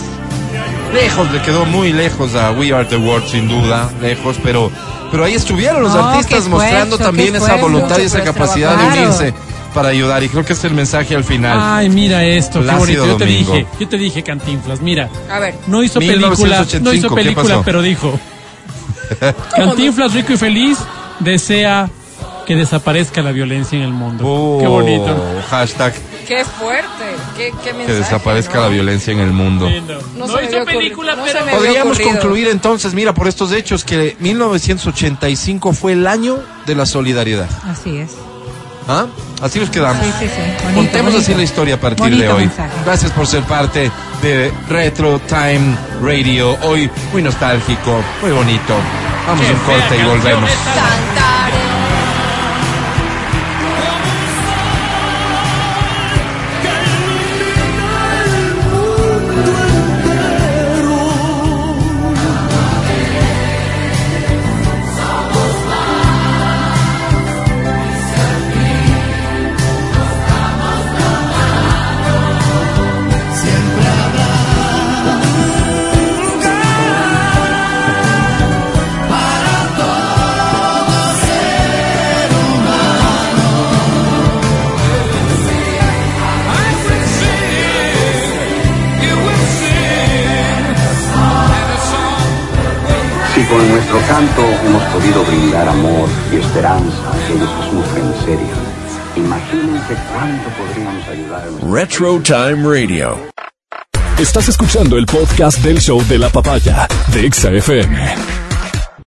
Speaker 3: Lejos, le quedó muy lejos a We Are the World, sin duda, lejos, pero, pero ahí estuvieron los
Speaker 6: No,
Speaker 3: artistas
Speaker 6: qué
Speaker 3: mostrando
Speaker 6: esfuerzo,
Speaker 3: también
Speaker 6: qué
Speaker 3: esa
Speaker 6: esfuerzo.
Speaker 3: voluntad y
Speaker 6: Mucho,
Speaker 3: esa
Speaker 6: pero
Speaker 3: capacidad de
Speaker 6: trabajaron.
Speaker 3: unirse para ayudar. Y creo que es el mensaje al final.
Speaker 5: Ay, mira esto, qué
Speaker 3: Plácido
Speaker 5: bonito. Yo te
Speaker 3: Domingo.
Speaker 5: dije, yo te dije Cantinflas, mira.
Speaker 4: A ver.
Speaker 5: No hizo película, no
Speaker 3: 1985,
Speaker 5: hizo
Speaker 3: ¿qué
Speaker 5: película,
Speaker 3: pasó? *laughs*
Speaker 5: pero dijo. Cantinflas rico y feliz desea que desaparezca la violencia en el mundo.
Speaker 3: Oh,
Speaker 5: Qué bonito.
Speaker 3: Hashtag
Speaker 4: Qué fuerte. Qué, qué mensaje.
Speaker 3: que desaparezca la violencia en el mundo.
Speaker 5: Lindo.
Speaker 4: No
Speaker 5: No,
Speaker 4: se me había
Speaker 5: hizo
Speaker 4: ocurri-
Speaker 5: película,
Speaker 4: no se
Speaker 5: pero
Speaker 4: me-
Speaker 3: Podríamos
Speaker 4: ocurrido.
Speaker 3: concluir entonces, mira, por estos hechos, que 1985 fue el año de la solidaridad.
Speaker 6: Así es.
Speaker 3: ¿Ah? Así nos quedamos.
Speaker 6: Sí, sí, sí. Bonito,
Speaker 3: Contemos
Speaker 6: bonito.
Speaker 3: así la historia a partir de
Speaker 6: Bonito
Speaker 3: hoy.
Speaker 6: mensaje.
Speaker 3: Gracias por ser parte de Retro Time Radio. Hoy muy nostálgico, muy bonito. Vamos a un corte y volvemos.
Speaker 9: Si con nuestro canto hemos podido brindar amor y esperanza a aquellos que sufren en serio, imagínense cuánto podríamos ayudar a nuestro
Speaker 1: Retro Time Radio.
Speaker 10: Estás escuchando el podcast del show de la papaya de Exa FM.